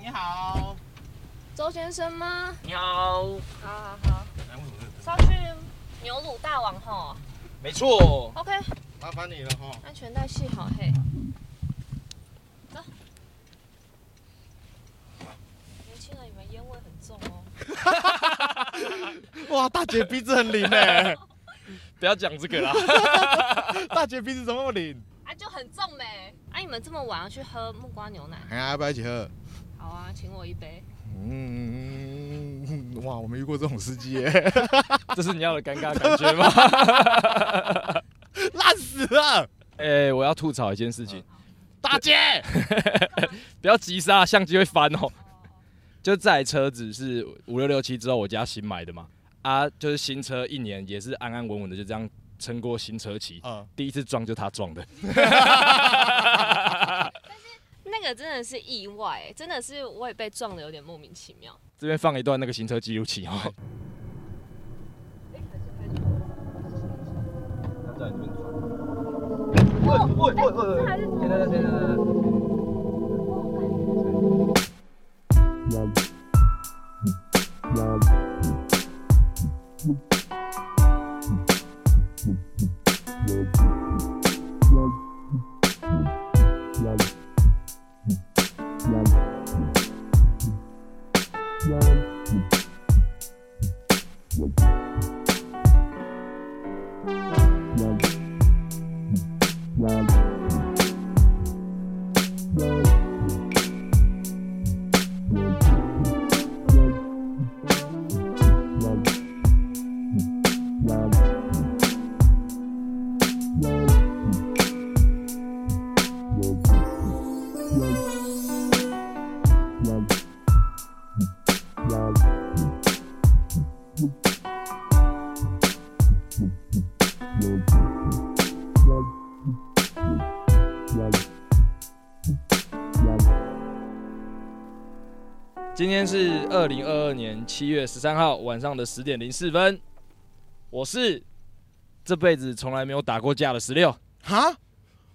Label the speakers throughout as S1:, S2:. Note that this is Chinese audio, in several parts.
S1: 你好，
S2: 周先生吗？
S1: 你好，
S2: 好好好，稍去牛乳大王吼。
S1: 没错，
S2: OK，
S3: 麻烦你了哈。
S2: 安全带系好嘿。走。年轻人，你们烟味很重哦。
S3: 哇，大姐鼻子很灵哎、
S1: 不要讲这个 啦。
S3: 大姐鼻子怎么那么灵？
S2: 啊，就很重呗。啊，你们这么晚要去喝木瓜牛奶？
S3: 哎呀，要不要一起喝？
S2: 好啊，请我一杯。
S3: 嗯，哇，我没遇过这种司机耶，
S1: 这是你要的尴尬感觉吗？
S3: 烂死了！
S1: 哎、我要吐槽一件事情，
S3: 大姐，
S1: 不要急刹，相机会翻哦。就这台车子是五六六七之后我家新买的嘛，啊，就是新车一年也是安安稳稳的就这样撑过新车期，
S3: 嗯，
S1: 第一次撞就他撞的，
S2: 那个真的是意外、真的是我也被撞的有点莫名其妙。
S1: 这边放一段那个行车记录器哦。
S2: 这还是
S1: 今天是二零二二年七月十三号晚上的十点零四分，我是这辈子从来没有打过架的十六。
S3: 哈，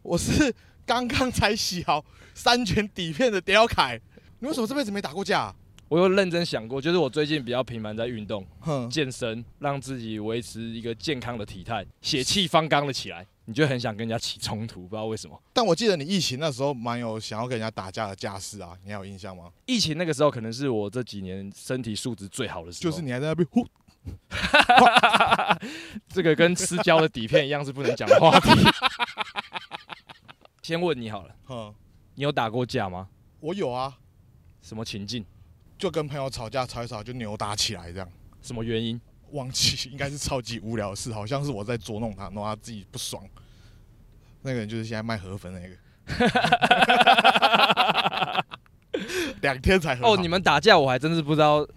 S3: 我是刚刚才洗好三拳底片的刁凯，你为什么这辈子没打过架、啊？
S1: 我有认真想过，就是我最近比较频繁在运动、
S3: 哼，
S1: 健身，让自己维持一个健康的体态，血气方刚了起来。你就很想跟人家起冲突，不知道为什么。
S3: 但我记得你疫情那时候蛮有想要跟人家打架的架势啊，你还有印象吗？
S1: 疫情那个时候，可能是我这几年身体素质最好的时
S3: 就
S1: 候。
S3: 是你还在那边呼，
S1: 这个跟吃胶的底片一样，是不能讲的话题。先问你好了，
S3: 哼，
S1: 你有打过架吗？
S3: 我有啊，
S1: 什么情境？
S3: 就跟朋友吵架吵一吵就扭打起来这样。
S1: 什么原因？
S3: 忘记，应该是超级无聊的事，好像是我在捉弄他，弄他自己不爽。那个人就是现在卖河粉的那个，两天才和好
S1: 哦，你们打架我还真是不知道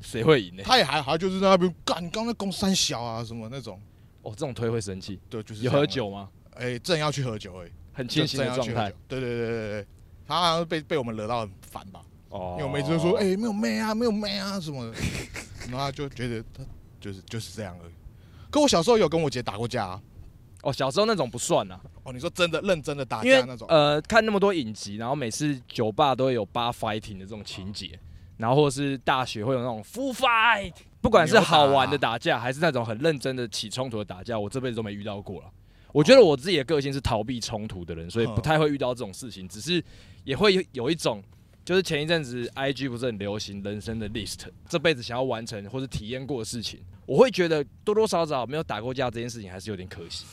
S1: 谁会赢呢、
S3: 他也还好，就是在那边干，你刚才攻三小啊什么那种，
S1: 哦，这种推会生气。
S3: 对，就是
S1: 有
S3: 这样啊
S1: 喝，酒吗？
S3: 哎、正要去喝酒、哎，
S1: 很清
S3: 就
S1: 醒
S3: 正
S1: 的
S3: 要
S1: 状
S3: 去喝
S1: 态
S3: 酒。对对对对对，他好像被被我们惹到很烦吧，
S1: 哦
S3: 因为我们一直都说，哎、没有妹啊，没有妹啊什么的， 然后他就觉得他就是就是这样而已。可我小时候有跟我姐打过架啊，
S1: 哦，小时候那种不算啊，
S3: 哦，你说真的认真的打
S1: 因为
S3: 架那种，
S1: 呃，看那么多影集，然后每次酒吧都会有 bar fighting 的这种情节，然后或是大学会有那种 full fight，不管
S3: 啊
S1: 是好玩的打架，还是那种很认真的起冲突的打架，我这辈子都没遇到过了。我觉得我自己的个性是逃避冲突的人，所以
S3: 嗯
S1: 不太会遇到这种事情，只是也会有有一种。就是前一阵子，IG 不是很流行人生的 list，这辈子想要完成或是体验过的事情，我会觉得多多少少没有打过架这件事情还是有点可惜。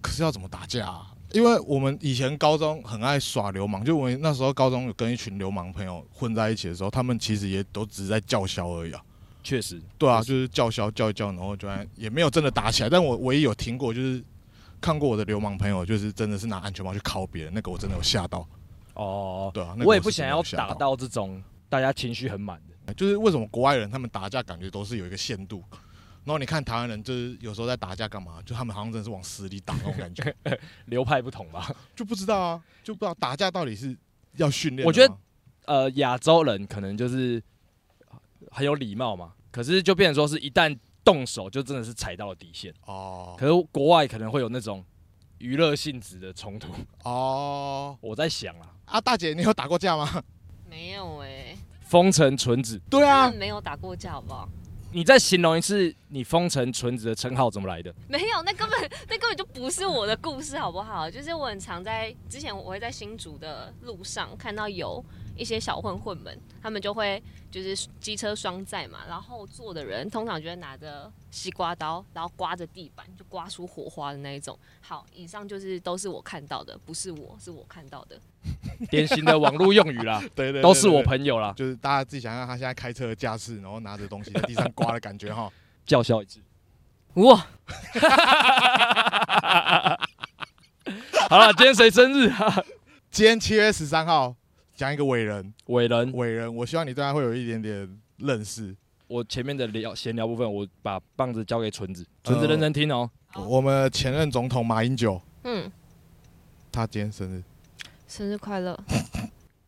S3: 可是要怎么打架、啊？因为我们以前高中很爱耍流氓，就我们那时候高中有跟一群流氓朋友混在一起的时候，他们其实也都只是在叫嚣而已啊。
S1: 确实，
S3: 对啊，
S1: 确实
S3: 就是叫嚣叫一叫，然后就在也没有真的打起来。但我唯一有听过，就是看过我的流氓朋友，就是真的是拿安全帽去铐别人，那个我真的有吓到。
S1: 哦，
S3: 对啊，那个
S1: 我也
S3: 是
S1: 不
S3: 真
S1: 想
S3: 的
S1: 要
S3: 有吓
S1: 打到这种大家情绪很满的。
S3: 就是为什么国外人他们打架感觉都是有一个限度，然后你看台湾人就是有时候在打架干嘛，就他们好像真的是往死里打那种感 觉，
S1: 流派不同吧。
S3: 就不知道啊，就不知道打架到底是要训练的吗。
S1: 我觉得呃，亚洲人可能就是很有礼貌嘛，可是就变成说是一旦动手就真的是踩到了底线。
S3: 哦
S1: 可是国外可能会有那种娱乐性质的冲突，
S3: 哦
S1: 我在想啊，
S3: 啊，大姐，你有打过架 吗？
S2: 没有哎，
S1: 风尘纯子，
S3: 对
S2: 他
S3: 啊
S2: 们，没有打过架，好不好？
S1: 你再形容一次你风尘纯子的称号怎么来的？
S2: 没有，那根本那根本就不是我的故事，好不好？就是我很常在之前，我会在新竹的路上看到有一些小混混们，他们就会就是机车双载嘛，然后坐的人通常就会拿着西瓜刀，然后刮着地板，就刮出火花的那一种。好，以上就是都是我看到的，不是我是我看到的。
S1: 典型的网络用语啦，
S3: 对对对
S1: 都是我
S3: 对
S1: 朋友啦，
S3: 就是大家自己想象他现在开车的架势，然后拿着东西在地上刮的感觉哈。
S1: 叫嚣一 次。
S2: 哇，
S1: 好了，今天谁生日啊？
S3: 今天七月十三号，讲一个伟人，
S1: 伟人，
S3: 伟人，我希望你对他会有一点点认识。
S1: 我前面的聊闲聊部分，我把棒子交给纯子，纯子认真听哦。
S2: 好
S3: 我们前任总统马英九，
S2: 嗯，
S3: 他今天生日。
S2: 生日快乐！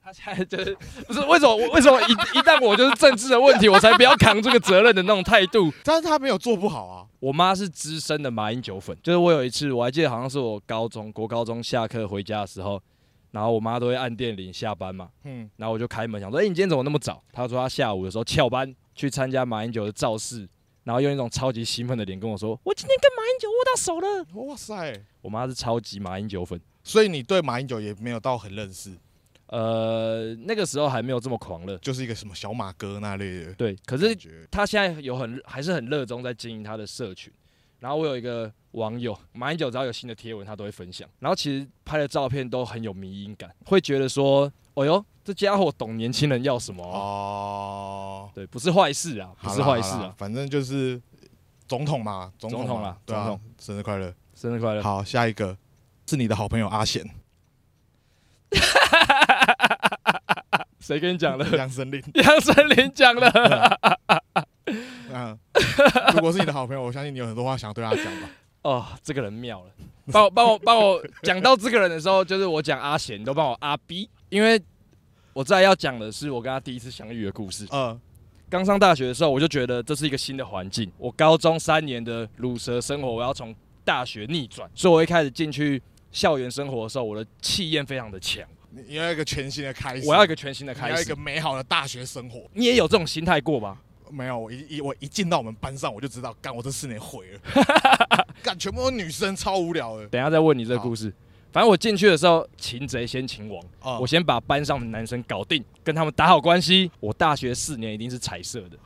S1: 他现在就是 不是为什么我？为什么一一旦我就是政治的问题，我才不要扛这个责任的那种态度？
S3: 但是他没有做不好啊。
S1: 我妈是资深的马英九粉，就是我有一次我还记得好像是我高中国高中下课回家的时候，然后我妈都会按电铃下班嘛，
S3: 嗯，
S1: 然后我就开门想说，哎、你今天怎么那么早？她说她下午的时候翘班去参加马英九的造势，然后用一种超级兴奋的脸跟我说，我今天跟马英九握到手了。
S3: 哇塞！
S1: 我妈是超级马英九粉，
S3: 所以你对马英九也没有到很认识，
S1: 呃，那个时候还没有这么狂热，
S3: 就是一个什么小马哥那类的
S1: 对，可是
S3: 感觉。
S1: 他现在有很还是很热衷在经营他的社群。然后我有一个网友，马英九只要有新的贴文，他都会分享。然后其实拍的照片都很有迷因感，会觉得说，哎呦，这家伙懂年轻人要什么、哦。
S3: 哦，
S1: 对，不是坏事啊，不
S3: 好啦
S1: 是坏事
S3: 好啦
S1: 啊。
S3: 反正就是总统嘛，总
S1: 总
S3: 统
S1: 统
S3: 嘛
S1: 啦，
S3: 对啊
S1: 总，
S3: 生日快乐！
S1: 生日快乐！
S3: 好，下一个是你的好朋友 阿贤，
S1: 谁跟你讲了？
S3: 杨森林。
S1: 杨森林讲了。
S3: 嗯，如果是你的好朋友，我相信你有很多话想对他讲吧。
S1: 哦，这个人妙了。帮我帮我帮我讲到这个人的时候，就是我讲阿贤，你都帮我阿 B，因为我再要讲的是我跟他第一次相遇的故事。
S3: 嗯，
S1: 刚上大学的时候，我就觉得这是一个新的环境。我高中三年的卤蛇生活，我要从大学逆转，所以我一开始进去校园生活的时候，我的气焰非常的强，
S3: 你你要一个全新的开始，
S1: 我要一个全新的
S3: 你
S1: 开
S3: 哎要一
S1: 始
S3: 个。美好的大学生活。
S1: 你也有这种心态过吗？
S3: 没有，我一一我一进到我们班上，我就知道，干我这四年毁 了，干全部都女生，超无聊的。
S1: 等一下再问你这个故事。反正我进去的时候，擒贼先擒王，
S3: 啊
S1: 我先把班上的男生搞定，跟他们打好关系。我大学四年一定是彩色 的，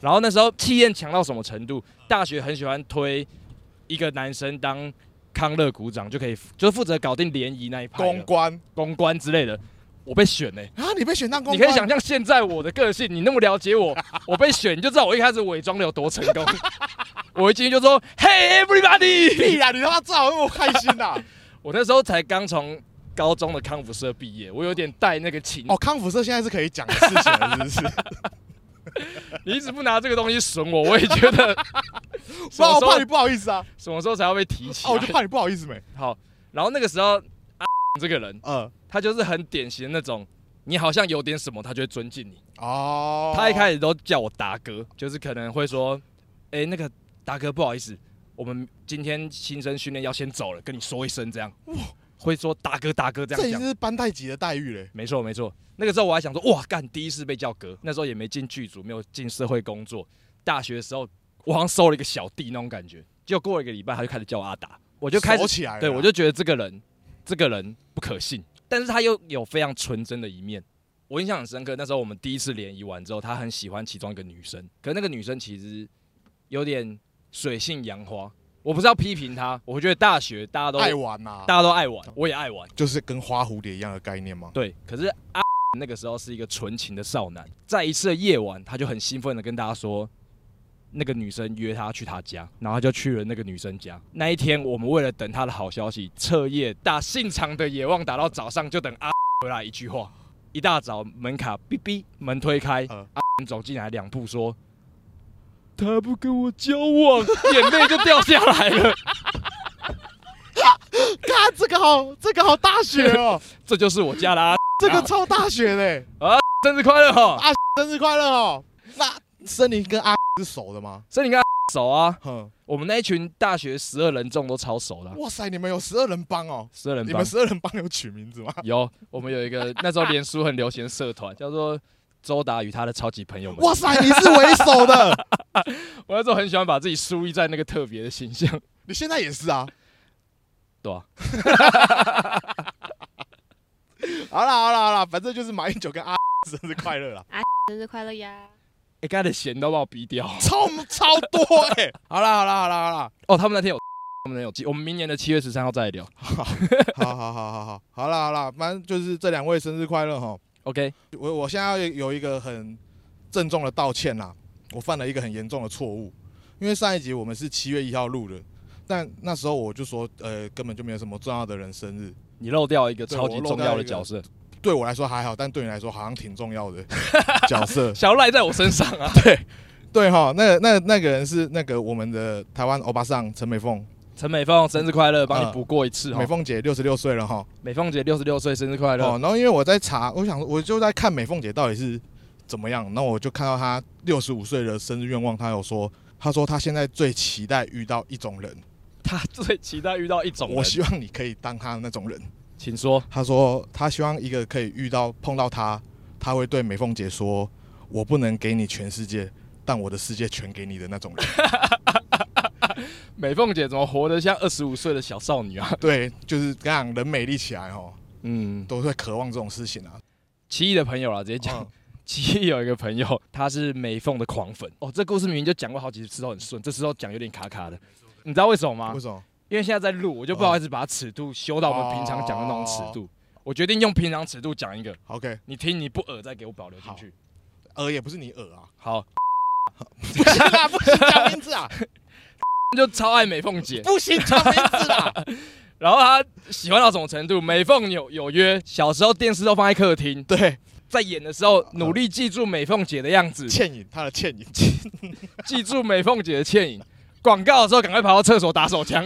S1: 然后那时候气焰强到什么程度？大学很喜欢推一个男生当康乐股长，就可以就是负责搞定联谊那一派的
S3: 公关
S1: 公关之类的。我被选呢、
S3: 啊，你被选当公
S1: 你
S3: 关，
S1: 可以想象现在我的个性，你那么了解 我，我被选你就知道我一开始伪装的有多成功。我一进去就说：“Hey
S3: 屁
S1: everybody！”
S3: 啦，你他妈至少那么开心啊呐、
S1: 我那时候才刚从高中的康复社毕业，我有点带那个情。
S3: 哦，康复社现在是可以讲的事情 了，是不是？
S1: 你一直不拿这个东西损我，我也觉 得什
S3: 不然
S1: 么
S3: 我
S1: 时
S3: 怕
S1: 候
S3: 你不好意思啊，
S1: 什么时候才要被提起
S3: 哦，我就
S1: 来？
S3: 怕你不好意思没。
S1: 好，然后那个时候，啊这个人
S3: 呃，
S1: 他就是很典型的那种，你好像有点什么，他就会尊敬你。
S3: 哦，
S1: 他一
S3: 始
S1: 开始都叫我达哥，就是可能会说，哎、那个达哥不好意思，我们今天新生训练要先走了，跟你说一声这样。会说达哥达哥这
S3: 这
S1: 样
S3: 已经
S1: 讲，
S3: 是班代级的待遇嘞。
S1: 没错没错。那个时候我还想说，哇干，第一次被叫哥，那时候也没进剧组，没有进社会工作，大学的时候我好像收了一个小弟那种感觉。结果过了一个礼拜，他就开始叫我阿达，我
S3: 我
S1: 就开始
S3: 起来了啊，
S1: 对，我就觉得这个人，这个人不可信，但是他又有非常纯真的一面。我印象很深刻，那时候我们第一次联谊完之后，他很喜欢其中一个女生，可那个女生其实有点水性杨花，我不是要批评他，我觉得大学大家都
S3: 爱玩呐、
S1: 大家都爱玩，我也爱玩，
S3: 就是跟花蝴蝶一样的概念吗？
S1: 对。可是阿 那个时候是一个纯情的少男，在一次的夜晚，他就很兴奋的跟大家说，那个女生约他去他家，然后他就去了那个女生家。那一天，我们为了等他的好消息，彻夜打信长的野望，打到早上，就等阿 回来一句话。一大早门卡哔哔门推开，
S3: 呃
S1: 阿走进来两步说。他不跟我交往， 眼泪就掉下来了。
S3: 看这个好，这个好大学哦，
S1: 这就是我家的阿
S3: 这个超大学嘞！
S1: 生日快乐哈！
S3: 啊，生日快乐哦！那森林跟阿 是熟的吗？
S1: 所以你 跟他熟啊，
S3: 哼，
S1: 我们那一群大学十二人众都超熟的啊、
S3: 哇塞，你们有十二人帮哦！
S1: 十二人
S3: 你
S1: 帮
S3: 们十二人帮有取名 字吗？
S1: 有，我们有一个那时候脸书很流行的社团，叫做周达与他的超级朋友们。
S3: 哇塞，你是为首的，
S1: 我那时候很喜欢把自己树立在那个特别的形象，
S3: 你现在也是啊。
S1: 对吧、
S3: 好啦好啦好啦，反正就是马英九跟阿 生日快乐啦，
S2: 生日快乐呀！
S1: 哎、刚才的弦都把我逼掉。
S3: 超超多哎、 好啦好啦好啦好啦，
S1: 哦，他们那天有， 他们那天有记，我们明年的七月十三号再来聊。
S3: 好好好好好，好啦好啦，反正就是这两位生日快乐哈。
S1: OK，
S3: 我我现在要有一个很郑重的道歉啦，我犯了一个很严重的错误，因为上一集我们是七月一号录的，但那时候我就说，呃，根本就没有什么重要的人生日，
S1: 你漏掉一个
S3: 对
S1: 超
S3: 我
S1: 级
S3: 漏
S1: 重
S3: 掉
S1: 要
S3: 一
S1: 的
S3: 个
S1: 角色，
S3: 对我来说还好，但对你来说好像挺重要的角色。
S1: 小赖在我身上啊。
S3: 对哈，那那那个人是那个我们的台湾欧巴桑陈美凤，
S1: 陈美凤生日快乐，帮你
S3: 嗯
S1: 补过一次哈
S3: 美。凤姐六十六岁了哈。
S1: 美凤姐六十六岁生日快乐。
S3: 哦，然后因为我在查，我想说我就在看美凤姐到底是怎么样，然后我就看到她六十五岁的生日愿望，她有说，她说她现在最期待遇到一种人，
S1: 她最期待遇到一种人，
S3: 我希望你可以当她的那种人。
S1: 请说。
S3: 她说她希望一个可以遇到碰到她，她会对美凤姐说，我不能给你全世界，但我的世界全给你的那种 人。
S1: 美凤姐怎么活得像二十五岁的小少女啊？
S3: 对，就是这样，人美丽起来哦，
S1: 嗯，
S3: 都会渴望这种事情啊。
S1: 奇异的朋友啦，直接哎讲。
S3: 嗯
S1: 奇异有一个朋友，他是美凤的狂粉。哦，这故事明明就讲过好几次都很顺，这时候讲有点卡卡的。你知道为什么吗
S3: 为？什么？
S1: 因为现在在录，我就不好意思把尺度修到我们平常讲的那种尺度。我决定用平常尺度讲一个，
S3: ？OK，
S1: 你听你不耳再给我保留进去。
S3: 鹅也不是你鹅 啊，
S1: 好，
S3: 不行啦，不行讲名字啊，
S1: 就超爱美凤 姐。
S3: 不行讲名字啦。
S1: 然后他喜欢到什么程度？美凤有有约，小时候电视都放在客厅，
S3: 对，
S1: 在演的时候
S3: 嗯
S1: 努力记住美凤姐的样 子，
S3: 倩影，他的倩影，
S1: 记住美凤姐的倩影。广告的时候赶快跑到厕所打手枪。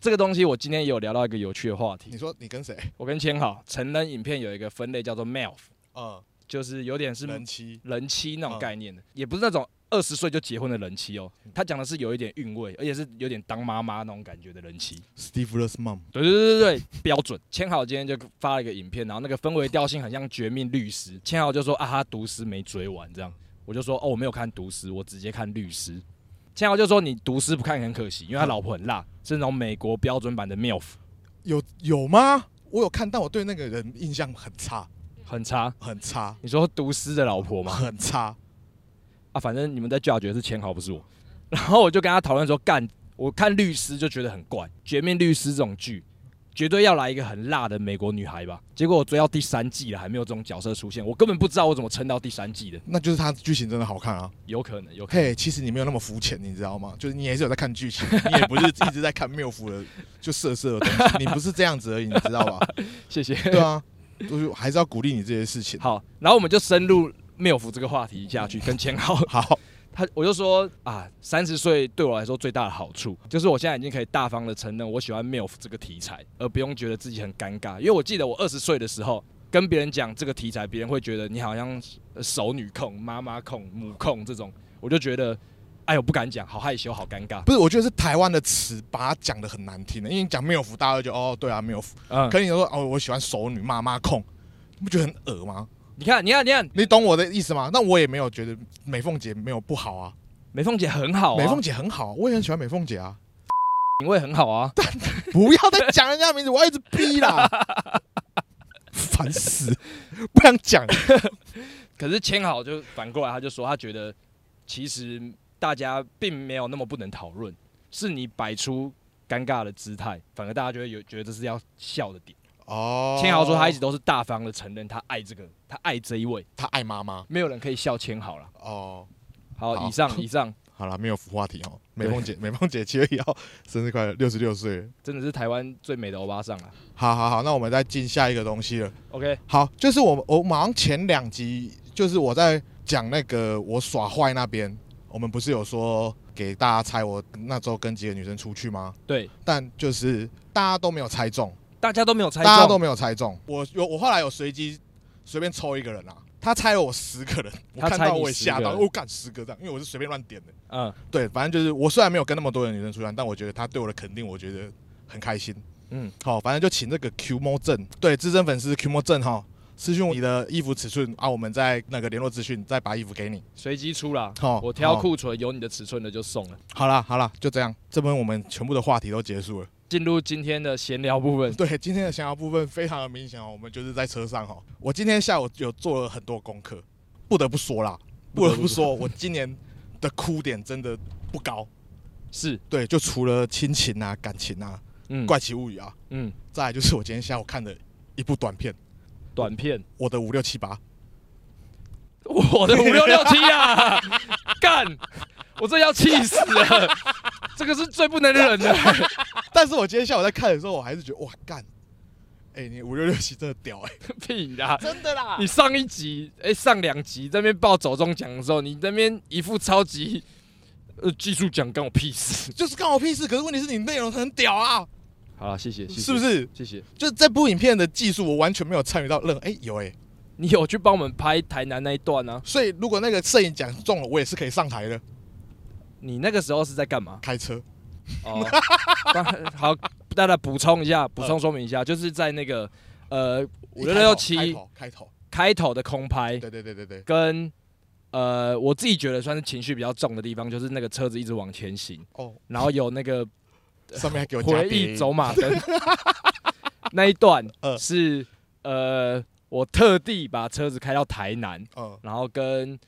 S1: 这个东西我今天也有聊到一个有趣的话题
S3: 你，说你跟谁？
S1: 我跟千好，成人影片有一个分类叫做 MILF，
S3: 嗯，
S1: 就是有点是
S3: 人妻，
S1: 人妻那种
S3: 嗯
S1: 概念的，也不是那种二十岁就结婚的人妻哦，他讲的是有一点韵味，而且是有点当妈妈那种感觉的人妻。
S3: Steveless Mom，
S1: 对对对对对，标准。千好今天就发了一个影片，然后那个氛围调性很像《绝命律师》，千好就说啊，他毒师没追完这样，我就说哦，我没有看毒师，我直接看律师。千好就说你毒师不看很可惜，因为他老婆很辣，是那种美国标准版的 E MILF，
S3: 有有吗？我有看，但我对那个人印象很差，
S1: 很差。
S3: 很差，
S1: 你说毒师的老婆吗？
S3: 很差。
S1: 啊，反正你们在 judge 的是千豪，不是我。然后我就跟他讨论说，干，我看律师就觉得很怪，《绝命律师》这种剧，绝对要来一个很辣的美国女孩吧。结果我追到第三季了，还没有这种角色出现，我根本不知道我怎么撑到第三季的。
S3: 那就是他剧情真的好看啊！
S1: 有可能，有可能。
S3: 嘿，其实你没有那么肤浅，你知道吗？就是你也是有在看剧情，你也不是一直在看缪夫的就色色的东西，你不是这样子而已，你知道吧？
S1: 谢谢。
S3: 对啊，就是还是要鼓励你这些事情。
S1: 好，然后我们就深入缪夫这个话题下去，跟千豪
S3: 好，
S1: 他我就说啊，三十岁对我来说最大的好处，就是我现在已经可以大方的承认我喜欢 MILF 这个题材，而不用觉得自己很尴尬。因为我记得我二十岁的时候跟别人讲这个题材，别人会觉得你好像呃熟女控、妈妈控、母控这种，我就觉得，哎呦不敢讲，好害羞，好尴尬。
S3: 不是，我觉得是台湾的词把它讲的很难听的，因为你讲缪夫，大家就觉得哦，对啊，缪夫。
S1: 嗯，
S3: 可你说哦，我喜欢熟女妈妈控，你不觉得很恶吗？
S1: 你看，你看，你看，
S3: 你懂我的意思吗？那我也没有觉得美凤姐没有不好啊，
S1: 美凤姐很好、啊，
S3: 美凤姐很好，我也很喜欢美凤姐啊。
S1: 品味很好啊。
S3: 不要再讲人家名字，我要一直 逼啦，烦死，不想 讲。
S1: 可是千好就反过来，他就说他觉得其实大家并没有那么不能讨论，是你摆出尴尬的姿态，反而大家就会有觉得这是要笑的点。
S3: 哦，
S1: 千豪说他一直都是大方的承认他爱这个，他爱这一位，
S3: 他爱妈妈
S1: 没有人可以笑千豪了。
S3: 哦。
S1: 好，
S3: 好
S1: 以上 以上
S3: 好了，没有话题哦。美凤 姐，美凤姐七月一号生日快乐，六十六岁。
S1: 真的是台湾最美的欧巴桑了。
S3: 好好好，那我们再进下一个东西了。
S1: OK，
S3: 好，就是我我马上前两集就是我在讲那个我耍坏那边，我们不是有说给大家猜我那周跟几个女生出去吗？
S1: 对，
S3: 但就是大家都没有猜中，
S1: 大家都没有猜
S3: 大家都
S1: 中，
S3: 没有猜中。我有我后来有随机随便抽一个人啊，他猜了我十个人，我
S1: 他
S3: 看
S1: 猜
S3: 到
S1: 你
S3: 我也
S1: 10
S3: 吓
S1: 个
S3: 到，
S1: 人
S3: 我干十个这样，因为我是随便乱点的。
S1: 嗯
S3: 对，反正就是我虽然没有跟那么多的女生出来，但我觉得他对我的肯定，我觉得很开心。
S1: 嗯，
S3: 好，反正就请这个 Q 猫正，对资深粉丝 Q 猫正哈，私讯我你的衣服尺寸啊，我们在那个联络资讯再把衣服给你。
S1: 随机出啦。
S3: 好
S1: 我挑
S3: 好
S1: 库存有你的尺寸的就送了。
S3: 好啦好啦，就这样，这边我们全部的话题都结束了。
S1: 进入今天的闲聊部分，
S3: 对，今天的想要部分非常的明显哦，我们就是在车上哈。我今天下午有做了很多功课，不得不说啦，不得不说，我今年的哭点真的不高。
S1: 是，
S3: 对，就除了亲情啊、感情啊、
S1: 嗯，
S3: 怪奇物语啊，
S1: 嗯，
S3: 再来就是我今天下午看的一部短片《
S1: 短片，
S3: 我的五六七八》。
S1: 我的五六六七啊， 干，我这要气死了，这个是最不能忍的。
S3: 但是我今天下午在看的时候，我还是觉得哇干，哎、你五六六七真的屌哎、
S1: 屁啦！
S3: 真的啦
S1: 你上一集，哎、上两集在那边报走中奖的时候，你在那边一副超级，呃，技术奖干我屁事。
S3: 就是干我屁事。可是问题是你内容很屌啊，
S1: 好了，谢谢，谢谢，
S3: 是不？是？
S1: 谢谢。
S3: 就是这部影片的技术，我完全没有参与到任何哎、有哎、
S1: 你有去帮我们拍台南那一段啊？
S3: 所以如果那个摄影奖中了，我也是可以上台的，
S1: 你那个时候是在干嘛？
S3: 开车。
S1: 哦，当好，大家补充一下，补充说明一下，就是在那个呃五六六
S3: 开
S1: 七
S3: 头开头，
S1: 开头的空拍
S3: 对对对对对，
S1: 跟。呃，我自己觉得算是情绪比较重的地方，就是那个车子一直往前行，
S3: 哦，
S1: 然后有那个
S3: 上面还给我加
S1: 回
S3: 别
S1: 忆
S3: 音
S1: 走马灯 那一段
S3: 呃
S1: 是呃，我特地把车子开到台南，
S3: 嗯
S1: 然后跟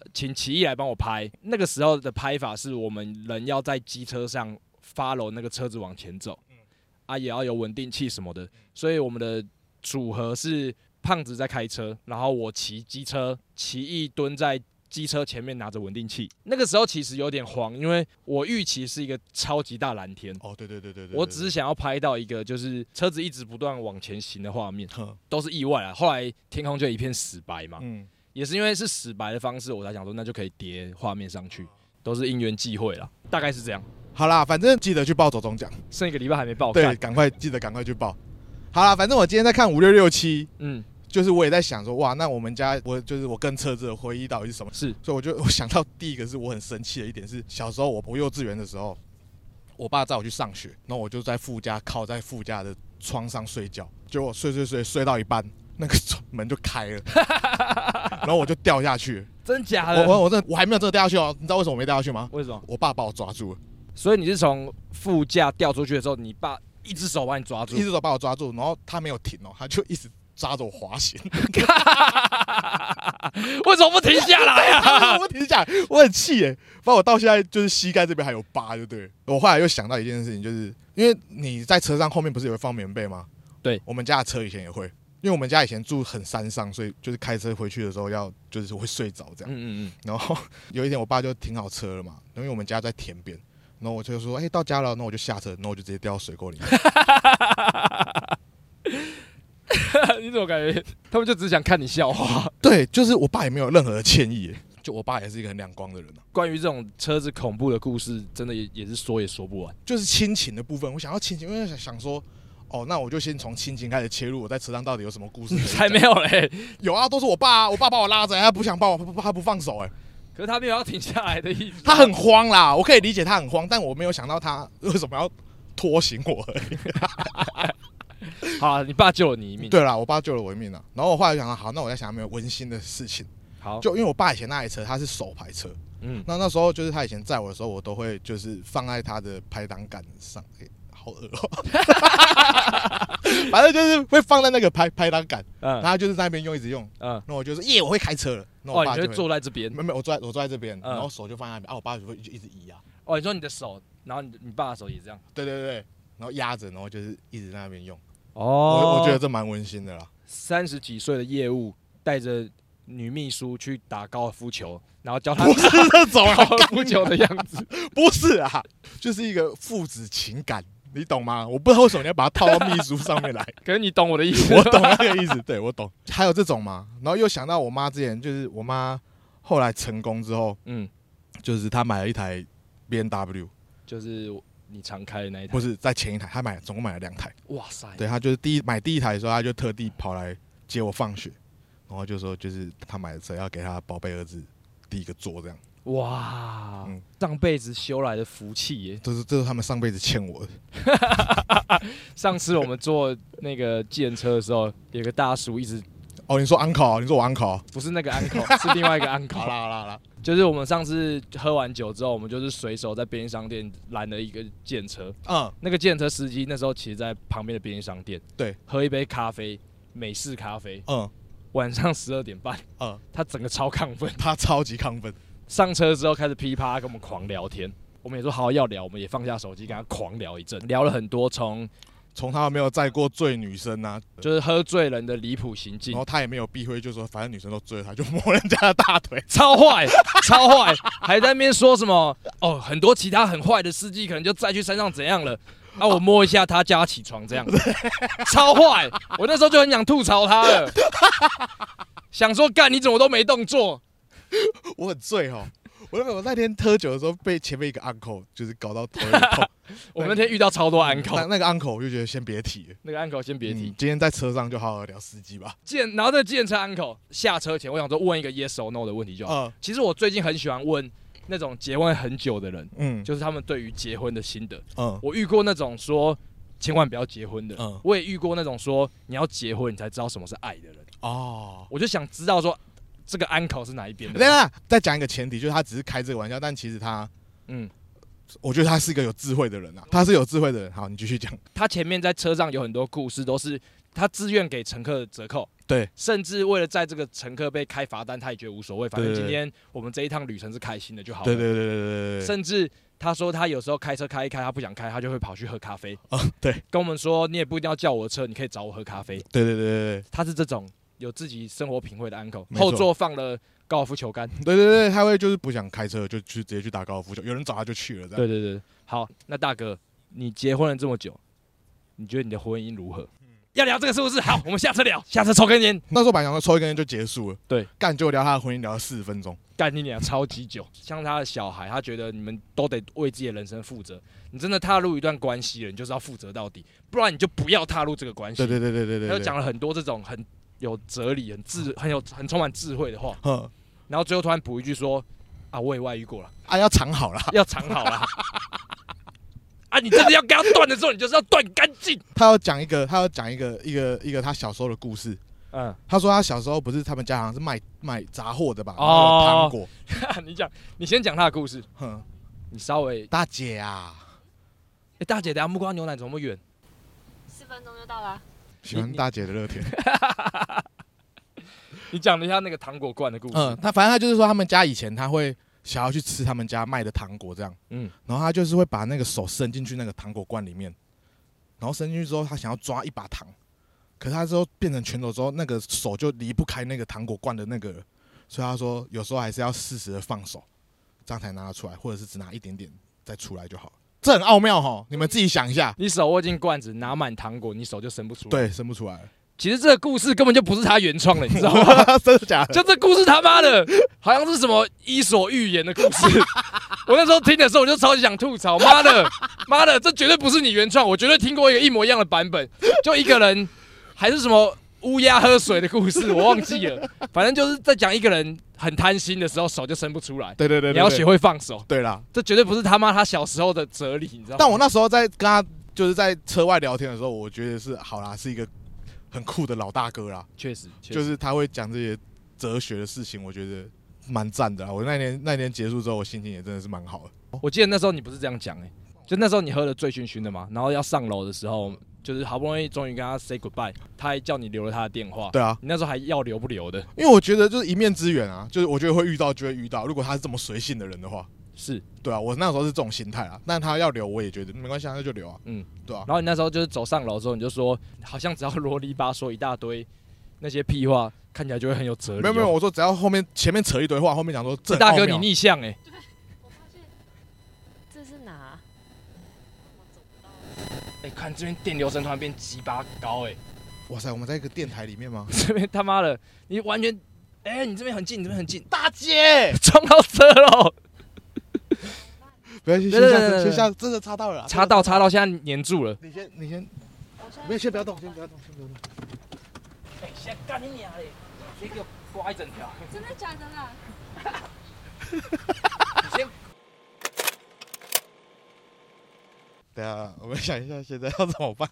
S1: 呃请奇艺来帮我拍。那个时候的拍法是我们人要在机车上 follow 那个车子往前走，
S3: 嗯
S1: 啊，也要有稳定器什么的，所以我们的组合是胖子在开车，然后我骑机车，奇艺蹲在。机车前面拿着稳定器，那个时候其实有点慌，因为我预期是一个超级大蓝天，
S3: 哦，对对对对对，
S1: 我只是想要拍到一个就是车子一直不断往前行的画面，
S3: 哼
S1: 都是意外啊。后来天空就一片死白嘛，
S3: 嗯，
S1: 也是因为是死白的方式，我才想说那就可以叠画面上去，都是因缘际会啦，大概是这样。
S3: 好啦，反正记得去报走中奖，
S1: 剩一个礼拜还没报，
S3: 对，
S1: 干
S3: 赶快记得赶快去报。好啦，反正我今天在看五六六七，
S1: 嗯，
S3: 就是我也在想说，哇，那我们家我就是我跟车子的回忆到底是什么？
S1: 是
S3: 所以我就 我想到第一个是我很生气的一点是，小时候我我幼稚园的时候，我爸载我去上学，然后我就在副驾靠在副驾的窗上睡觉，结果我睡睡睡睡到一半，那个窗门就开 了，然后我就掉下去，
S1: 真假
S3: 我
S1: 的？
S3: 我我真的我还没有真的掉下去哦，你知道为什么我没掉下去吗？
S1: 为什么？
S3: 我爸把我抓住了，
S1: 所以你是从副驾掉出去的时候，你爸一只手把你抓住
S3: 一，只手把我抓住，然后他没有停哦，他就一直抓着我滑行，
S1: 为什么不停下来 啊？
S3: 啊我停下来，我很气耶、不然我到现在就是膝盖这边还有疤，就对了。我后来又想到一件事情，就是因为你在车上后面不是也会放棉被吗？
S1: 对，
S3: 我们家的车以前也会，因为我们家以前住很山上，所以就是开车回去的时候要就是会睡着这样。
S1: 嗯嗯
S3: 然后有一天我爸就停好车了嘛，因为我们家在田边，然后我就说：“哎、到家了。”那我就下车，然后我就直接掉到水沟里面。
S1: 嗯， 你怎么感觉他们就只想看你笑话？
S3: 对，就是我爸也没有任何的歉意耶、就我爸也是一个很亮光的人啊。
S1: 关于这种车子恐怖的故事，真的也也是说也说不完。
S3: 就是亲情的部分，我想要亲情，因为想想说，哦，那我就先从亲情开始切入，我在车上到底有什么故事可 以讲？
S1: 才没有嘞，
S3: 有啊，都是我爸、啊，我爸把我拉着，他不想帮我，他不他不放手、哎，
S1: 可是他没有要停下来的意思。
S3: 他很慌啊啦，我可以理解他很慌，但我没有想到他为什么要拖行我、哎
S1: 好，你爸救了你一命。，
S3: 对啦，我爸救了我一命啊。然后我后来就想到，好，那我在想有没有温馨的事情，
S1: 好，
S3: 就因为我爸以前那台车他是手排车，
S1: 嗯，
S3: 那那时候就是他以前载我的时候，我都会就是放在他的排挡杆上，哎好恶哦、 反正就是会放在那个排排挡杆。然
S1: 嗯
S3: 后他就是在那边用一直用，
S1: 嗯，
S3: 那我就说耶，我会开车了。那我
S1: 哦，
S3: 爸
S1: 你
S3: 就
S1: 就
S3: 会
S1: 坐在这边
S3: 没。有没有，我坐在我坐在这边，
S1: 嗯
S3: 然后手就放在那边，啊，我爸就会一直移啊，
S1: 哦，你说你的手然后你你爸的手也这样。
S3: 对对对，然后压着，然后就是一直在那边用。
S1: 哦
S3: 我我觉得这蛮温馨 的啦。
S1: 三十几岁的业务带着女秘书去打高尔夫球，然后教她
S3: 不是这种
S1: 打
S3: 啊，
S1: 高尔夫球的样子。
S3: 不是啊，就是一个父子情感，你懂吗？我不知道为什么你要把它套到秘书上面 来，
S1: 可是你懂我的意思吗？
S3: 我懂那个意思，对我懂。还有这种嘛，然后又想到我妈之前，就是我妈后来成功之后，
S1: 嗯，
S3: 就是她买了一台 B N W，
S1: 就是你常开的那一台。
S3: 不是在前一台，她买总共买了两台。
S1: 哇塞，
S3: 对，她就是第一买第一台的时候，她就特地跑来接我放学，然后就说就是她买的车要给她宝贝儿子第一个坐这样。
S1: 哇
S3: 嗯，
S1: 上辈子修来的福气耶！
S3: 这是这是他们上辈子欠我的。
S1: 上次我们坐那个计程车的时候，有个大叔一直
S3: 哦，你说 uncle，你说我 uncle，啊
S1: 不是那个 uncle，是另外一个 uncle
S3: 好。啦好啦好啦，
S1: 就是我们上次喝完酒之后，我们就是随手在便利商店拦了一个建车，
S3: 嗯，
S1: 那个建车司机那时候其实在旁边的便利商店，
S3: 对，
S1: 喝一杯咖啡，美式咖啡，
S3: 嗯
S1: 晚上十二点半，
S3: 嗯，
S1: 他整个超亢奋，
S3: 他超级亢奋，
S1: 上车之后开始噼啪跟我们狂聊天，我们也说好要聊，我们也放下手机跟他狂聊一阵，聊了很多，从
S3: 从他没有载过醉女生啊，
S1: 就是喝醉人的离谱行
S3: 然
S1: 径
S3: 后，他也没有避讳，就说反正女生都追他，就摸人家的大腿。
S1: 超坏， 超坏，还在那边说什么哦，很多其他很坏的司机可能就再去山上怎样了。啊！我摸一下他，叫他起床， 这样超坏。我那时候就很想吐槽他了，想说干你怎么都没动作？
S3: 我很醉哦，我那我那天喝酒的时候被前面一个 uncle 就是搞到头有点 痛，
S1: 我们那天遇到超多
S3: 那
S1: uncle，
S3: 那个 uncle 我就觉得先别提了，
S1: 那个 uncle 先别提
S3: 嗯嗯。今天在车上就好好聊司机吧。
S1: 见，然后那个计程车 uncle 下车前，我想说问一个 yes or no 的问题就好。
S3: 嗯
S1: 其实我最近很喜欢问那种结婚很久的人，
S3: 嗯
S1: 就是他们对于结婚的心得。
S3: 嗯
S1: 我遇过那种说千万不要结婚的，
S3: 嗯
S1: 我也遇过那种说你要结婚你才知道什么是爱的人。
S3: 哦。
S1: 我就想知道说这个 uncle 是哪一边的
S3: 等一
S1: 人。
S3: 下，再讲一个前提，就是他只是开这个玩笑，但其实他，
S1: 嗯，
S3: 我觉得他是一个有智慧的人啊，他是有智慧的人。好，你继续讲。
S1: 他前面在车上有很多故事，都是他自愿给乘客折扣，
S3: 对，
S1: 甚至为了在这个乘客被开罚单，他也觉得无所谓，反正
S3: 对对
S1: 今天我们这一趟旅程是开心的就好了。
S3: 对对对对对对对。
S1: 甚至他说他有时候开车开一开，他不想开，他就会跑去喝咖啡，
S3: 哦，对
S1: 跟我们说你也不一定要叫我的车，你可以找我喝咖啡。
S3: 对对对对对
S1: 他是这种有自己生活品味的 uncle，
S3: 没错
S1: 后座放了高尔夫球杆。
S3: 对对对，他会就是不想开车，就去直接去打高尔夫球，有人找他就去了这样。
S1: 对对对，好，那大哥，你结婚了这么久，你觉得你的婚姻如何？
S3: 嗯
S1: 要聊这个是不是？好，我们下车 聊，下车抽根烟，
S3: 那时候本来想说抽一根烟就结束了，
S1: 对，
S3: 干就聊他的婚姻聊了四十分钟，
S1: 干你俩超级久。像他的小孩，他觉得你们都得为自己的人生负责。你真的踏入一段关系了，你就是要负责到底，不然你就不要踏入这个关系。
S3: 对对对对对对，
S1: 他就
S3: 对
S1: 讲，了很多这种很有哲理、很智、很有、很充满智慧的话，
S3: 嗯，
S1: 然后最后突然补一句说：“啊，我也外遇过了，
S3: 啊要藏好了，
S1: 要藏好了。” 啊，你真的要跟他断的时候，你就是要断干净。
S3: 他要讲一个，他要讲一个一个一个他小时候的故事。
S1: 嗯，
S3: 他说他小时候不是他们家好像是卖卖杂货的吧，
S1: 哦
S3: 然后有糖 果，
S1: 你讲，你先讲他的故事，
S3: 哼，
S1: 你稍微……
S3: 大姐啊，
S1: 哎，大姐，等下木瓜牛奶怎么远？
S2: 四分钟就到了。
S3: 喜欢大姐的乐天，
S1: 你讲了一下那个糖果罐的故
S3: 嗯
S1: 事，。
S3: 他反正他就是说他们家以前他会想要去吃他们家卖的糖果这样。
S1: 嗯，
S3: 然后他就是会把那个手伸进去那个糖果罐里面，然后伸进去之后，他想要抓一把糖，可是他之后变成拳头之后，那个手就离不开那个糖果罐的那个，所以他说有时候还是要适时的放手，这样才拿得出来，或者是只拿一点点再出来就好了。这很奥妙哈，你们自己想一下。
S1: 你手握进罐子，拿满糖果，你手就伸不出来。，
S3: 对，生不出来，
S1: 其实这个故事根本就不是他原创的，你知道 吗？
S3: 真的假的？
S1: 就这故事他妈的，好像是什么《伊索寓言》的故事。 我那时候听的时候，我就超级想吐槽，妈的， 妈的，这绝对不是你原创，我绝对听过一个一模一样的版本，就一个人还是什么乌鸦喝水的故事，我忘记了。反正就是在讲一个人很贪心的时候，手就伸不出来，
S3: 对对对，对
S1: 你要学。会放手。
S3: 对对啦，
S1: 这绝对不是他妈他小时候的哲理，你知道吗？
S3: 但我那时候在跟他就是在车外聊天的时候，我觉得是好啦，是一个很酷的老大哥啦。
S1: 确实，确实
S3: 就是他会讲这些哲学的事情，我觉得蛮赞的啊。我那年那年结束之后，我心情也真的是蛮好的。
S1: 我记得那时候你不是这样讲哎、就那时候你喝的醉醺醺的嘛，然后要上楼的时候，就是好不容易终于跟他 say goodbye，他还叫你留了他的电话。
S3: 对啊，
S1: 你那时候还要留不留的？
S3: 因为我觉得就是一面之缘啊，就是我觉得会遇到就会遇到。如果他是这么随性的人的话，
S1: 是，
S3: 对啊，我那时候是这种心态啊。但他要留，我也觉得没关系，啊，那就留啊。
S1: 嗯
S3: 嗯，对啊
S1: 然。后你那时候就是走上楼之后，你就说，好像只要啰里吧嗦一大堆那些屁话，看起来就会很有哲理哦。
S3: 没有没有，我说只要后面前面扯一堆话，后面讲说这
S1: 欸大哥
S3: 很
S1: 你
S3: 奥妙
S1: 逆向哎、
S2: 我发现这是哪啊？为什么走不到
S1: 哎、看这边电流声突然变鸡巴高哎、？
S3: 哇塞，我们在一个电台里面吗
S1: 这边他妈的，你完全，哎、你这边很近，你这边很近，
S3: 大姐，
S1: 撞到车了，
S3: 不要
S1: 对
S3: 先先
S1: 对
S3: 下
S1: 对对
S3: 车，
S1: 对
S3: 先下，真的插到了啊，
S1: 插到插到，现在粘住了。
S3: 真的。你先你先，
S2: 我现在
S3: 没有先不要动，先不要动，先不要动。
S1: 哎、现在干你娘嘞！直接给我刮一整条，
S2: 真的假的啦？
S1: 你先
S3: 等一下，啊我们想一下现在要怎么办？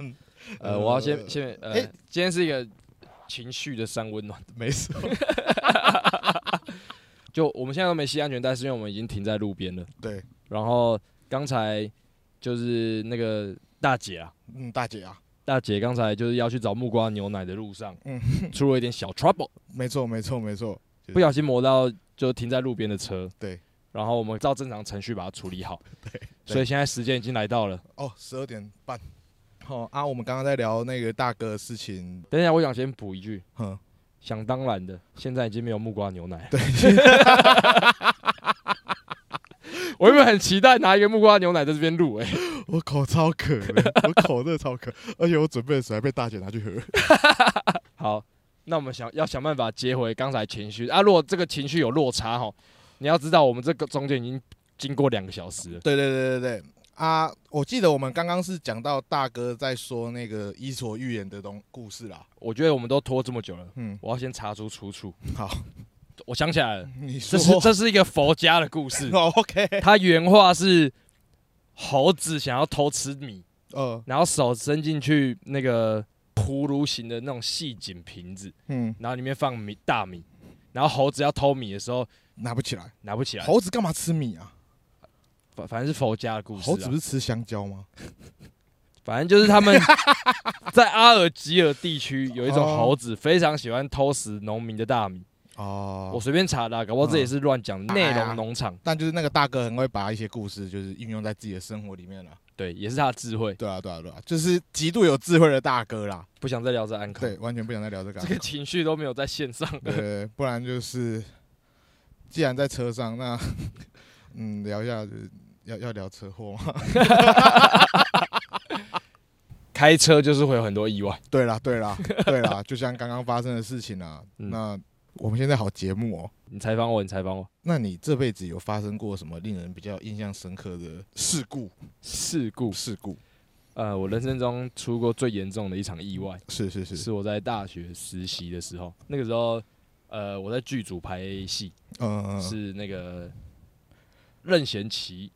S1: 呃，我要先先呃，
S3: 哎
S1: 今天是一个情绪的三温暖。
S3: 没事，
S1: 就我们现在都没系安全带，是因为我们已经停在路边了。
S3: 对，
S1: 然后刚才就是那个大姐啊，
S3: 嗯，大姐啊，
S1: 大姐刚才就是要去找木瓜牛奶的路上，
S3: 嗯
S1: 出了一点小 trouble，
S3: 没错没错没错，
S1: 不小心磨到就停在路边的车。
S3: 对。
S1: 然后我们照正常程序把它处理 好。对。所以现在时间已经来到了。
S3: 哦，十二点半。哦啊，我们刚刚在聊那个大哥的事情，
S1: 等一下，我想先补一句，
S3: 哼，
S1: 想当然的，现在已经没有木瓜牛奶了。
S3: 对，
S1: 我原本很期待拿一个木瓜牛奶在这边录，哎，
S3: 我口超 渴的，我口真的超渴，而且我准备的水还被大姐拿去喝。
S1: 好，那我们想要想办法接回刚才情绪啊。如果这个情绪有落差哈，你要知道我们这个中间已经经过两个小时了。
S3: 对对对对对啊！我记得我们刚刚是讲到大哥在说那个伊索寓言的东故事啦。
S1: 我觉得我们都拖这么久了，
S3: 嗯，
S1: 我要先查出出处。
S3: 好，
S1: 我想起来了，
S3: 你
S1: 这
S3: 说，
S1: 是这是一个佛家的故事
S3: 哦，OK，
S1: 它原话是猴子想要偷吃米，
S3: 呃，
S1: 然后手伸进去那个葫芦形的那种细颈瓶子，
S3: 嗯，
S1: 然后里面放米大米，然后猴子要偷米的时候
S3: 拿不起来。
S1: 拿不起来。
S3: 猴子干嘛吃米啊？
S1: 反反正是佛家的故事、啊。
S3: 猴子不是吃香蕉吗？
S1: 反正就是他 们在阿尔及尔地区有一种猴子，非常喜欢偷食农民的大米。我
S3: 哦，
S1: 随便查的啊，搞不好这也是乱讲的。
S3: 嗯
S1: 内容农场，
S3: 但就是那个大哥很会把一些故事就是运用在自己的生活里面了。
S1: 对，也是他的智慧。
S3: 对啊，对啊，对啊，就是极度有智慧的大哥啦。
S1: 不想再聊这安康，
S3: 对，完全不想再聊这个啊。
S1: 这个情绪都没有在线上。
S3: 对对，对不然就是，既然在车上，那 嗯，聊一下就是要要聊车祸嘛。
S1: 开车就是会有很多意外，
S3: 对啦，对啦，对 啦，就像刚刚发生的事情啊。
S1: 嗯
S3: 那我们现在好节目哦。
S1: 你采访我，你采访我，
S3: 那你这辈子有发生过什么令人比较印象深刻的事故？
S1: 事故。
S3: 事故
S1: 呃，我人生中出过最严重的一场意外，
S3: 是是是，
S1: 是我在大学实习的时候，那个时候，呃，我在剧组拍戏，
S3: 嗯，
S1: 是那个任贤齐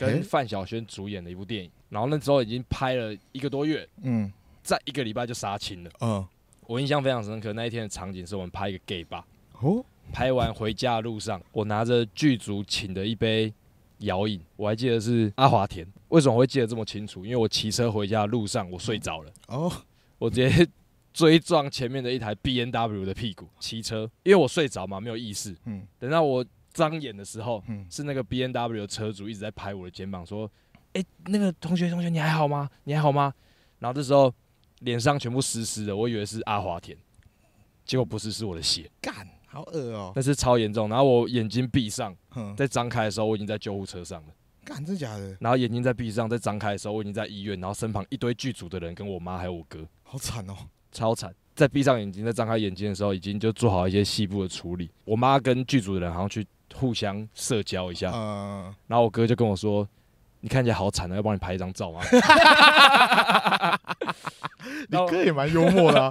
S3: 诶
S1: 跟范晓萱主演的一部电影，然后那时候已经拍了一个多月，
S3: 嗯
S1: 在一个礼拜就杀青了。
S3: 嗯
S1: 我印象非常深刻，那一天的场景是我们拍一个 gay 吧，
S3: 哦，
S1: 拍完回家的路上，我拿着剧组请的一杯摇饮，我还记得是阿华田。为什么会记得这么清楚？因为我骑车回家的路上，我睡着了，
S3: 哦，
S1: 我直接追撞前面的一台 B N W 的屁股，骑车，因为我睡着嘛，没有意识。
S3: 嗯
S1: 等到我张眼的时候，
S3: 嗯，
S1: 是那个 B N W 的车主一直在拍我的肩膀，说：“哎、那个同学，同学，你还好吗？你还好吗？”然后这时候脸上全部湿湿的，我以为是阿华田，结果不是，是我的血，
S3: 干，好恶哦，
S1: 那是超严重。然后我眼睛闭上，
S3: 哼，
S1: 在张开的时候，我已经在救护车上了。
S3: 干，真假的，
S1: 然后眼睛在闭上，在张开的时候，我已经在医院。然后身旁一堆剧组的人，跟我妈还有我哥，
S3: 好惨哦，
S1: 超惨。在闭上眼睛，在张开眼睛的时候，已经就做好一些细部的处理。我妈跟剧组的人好像去互相社交一下，
S3: 嗯，
S1: 然后我哥就跟我说：“你看起来好惨啊，要帮你拍一张照 吗？”
S3: 你嗯
S1: 然后
S3: 哥也蛮幽默的啊，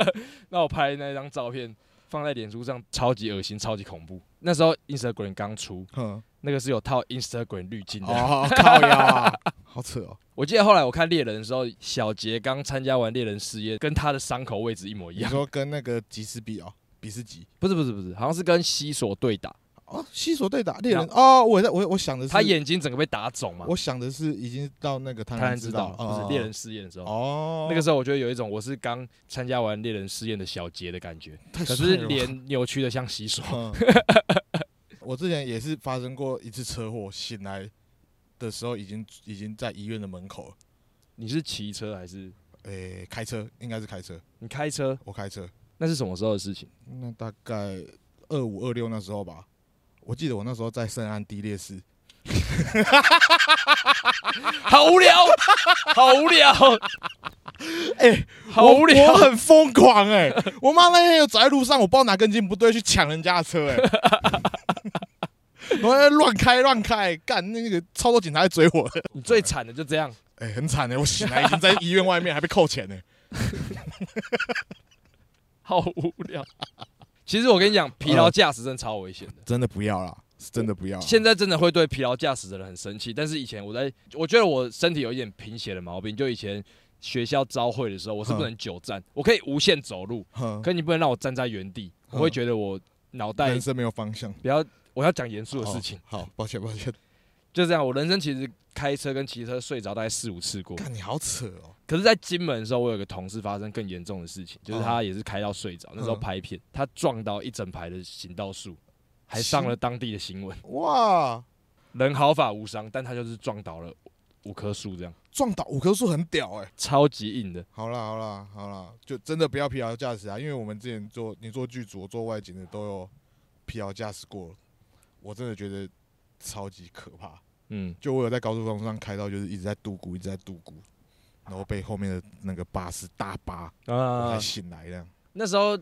S1: 那我拍那张照片放在脸书上，超级恶心，超级恐怖。那时候 Instagram 刚出，
S3: 哼，
S1: 那个是有套 Instagram 滤镜的。
S3: 哦，靠腰啊，好扯哦，
S1: 我记得后来我看猎人的时候，小杰刚参加完猎人试验，跟他的伤口位置一模一
S3: 你
S1: 样。
S3: 说跟那个吉斯比哦，比斯吉。
S1: 不是不是不是，好像是跟西索对打，
S3: 哦，西索对打猎人哦，我在我我想的是
S1: 他眼睛整个被打肿嘛。
S3: 我想的是已经到那个贪
S1: 当然
S3: 婪
S1: 啊知
S3: 之
S1: 道
S3: 道
S1: 了，
S3: 了，嗯
S1: 就是猎人试验的时候。
S3: 哦，
S1: 那个时候我觉得有一种我是刚参加完猎人试验的小杰的感觉，
S3: 太
S1: 可
S3: 帅
S1: 是哦
S3: 了吧
S1: 脸扭 曲的像西索。
S3: 嗯我之前也是发生过一次车祸，醒来的时候已经已经在医院的门口了。
S1: 你是骑车还是
S3: 诶、开车应该是开车，
S1: 你开车？
S3: 我开车。
S1: 那是什么时候的 事情？
S3: 那大概二五二六那时候吧，我记得我那时候在圣安地列市，
S1: 好无聊，好无 聊，
S3: 哎、
S1: 好无聊
S3: 我，很疯狂哎、我妈那天有走在路上，我不知道哪根筋不对，去抢人家的车哎、我在 乱开乱开，干那个超多警察在追我的，
S1: 你最惨的就这样。
S3: 哎、很惨哎、我醒来已 经在医院外面，还被扣钱呢、
S1: 好无 聊。其实我跟你讲，疲劳驾驶真的超危险的。
S3: 真的不要啦，是真的不要啦。
S1: 现在真的会对疲劳驾驶的人很生气，但是以前我在，我觉得我身体有一点贫血的毛病，就以前学校招会的时候，
S3: 嗯
S1: 我是不能久站，我可以无限走路，
S3: 哼
S1: 可你不能让我站在原地，我会觉得我脑袋
S3: 嗯人生哦没有方向，
S1: 比较。我要讲严肃的事情，
S3: 好，好抱歉抱歉，
S1: 就这样。我人生其实开车跟骑车睡着大概四五次过，
S3: 干你好扯哦，
S1: 可是，在金门的时候，我有个同事发生更严重的事情，就是
S3: 哦
S1: 他也是开到睡着，那时候
S3: 嗯
S1: 拍片，他撞到一整排的行道树，还上了当地的新闻。
S3: 哇，
S1: 人毫发无伤，但他就是撞倒了五棵树，这样
S3: 撞倒五棵树很屌哎、
S1: 超级硬的。
S3: 好啦好啦好啦，就真的不要疲劳驾驶啊！因为我们之前做你做剧组、我做外景的都有疲劳驾驶过，我真的觉得超级可怕。
S1: 嗯，
S3: 就我有在高速公路上开到，就是一直在嘟咕，一直在嘟咕，然后被后面的那个巴士大巴我才
S1: 啊，
S3: 醒来这样。
S1: 那时候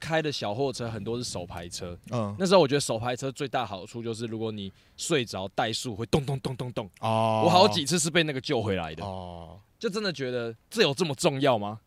S1: 开的小货车很多是手排车，
S3: 嗯，
S1: 那时候我觉得手排车最大好处就是，如果你睡着怠速会咚咚咚咚咚，
S3: 哦
S1: 我好几次是被那个救回来的，
S3: 哦，
S1: 就真的觉得这有这么重要吗？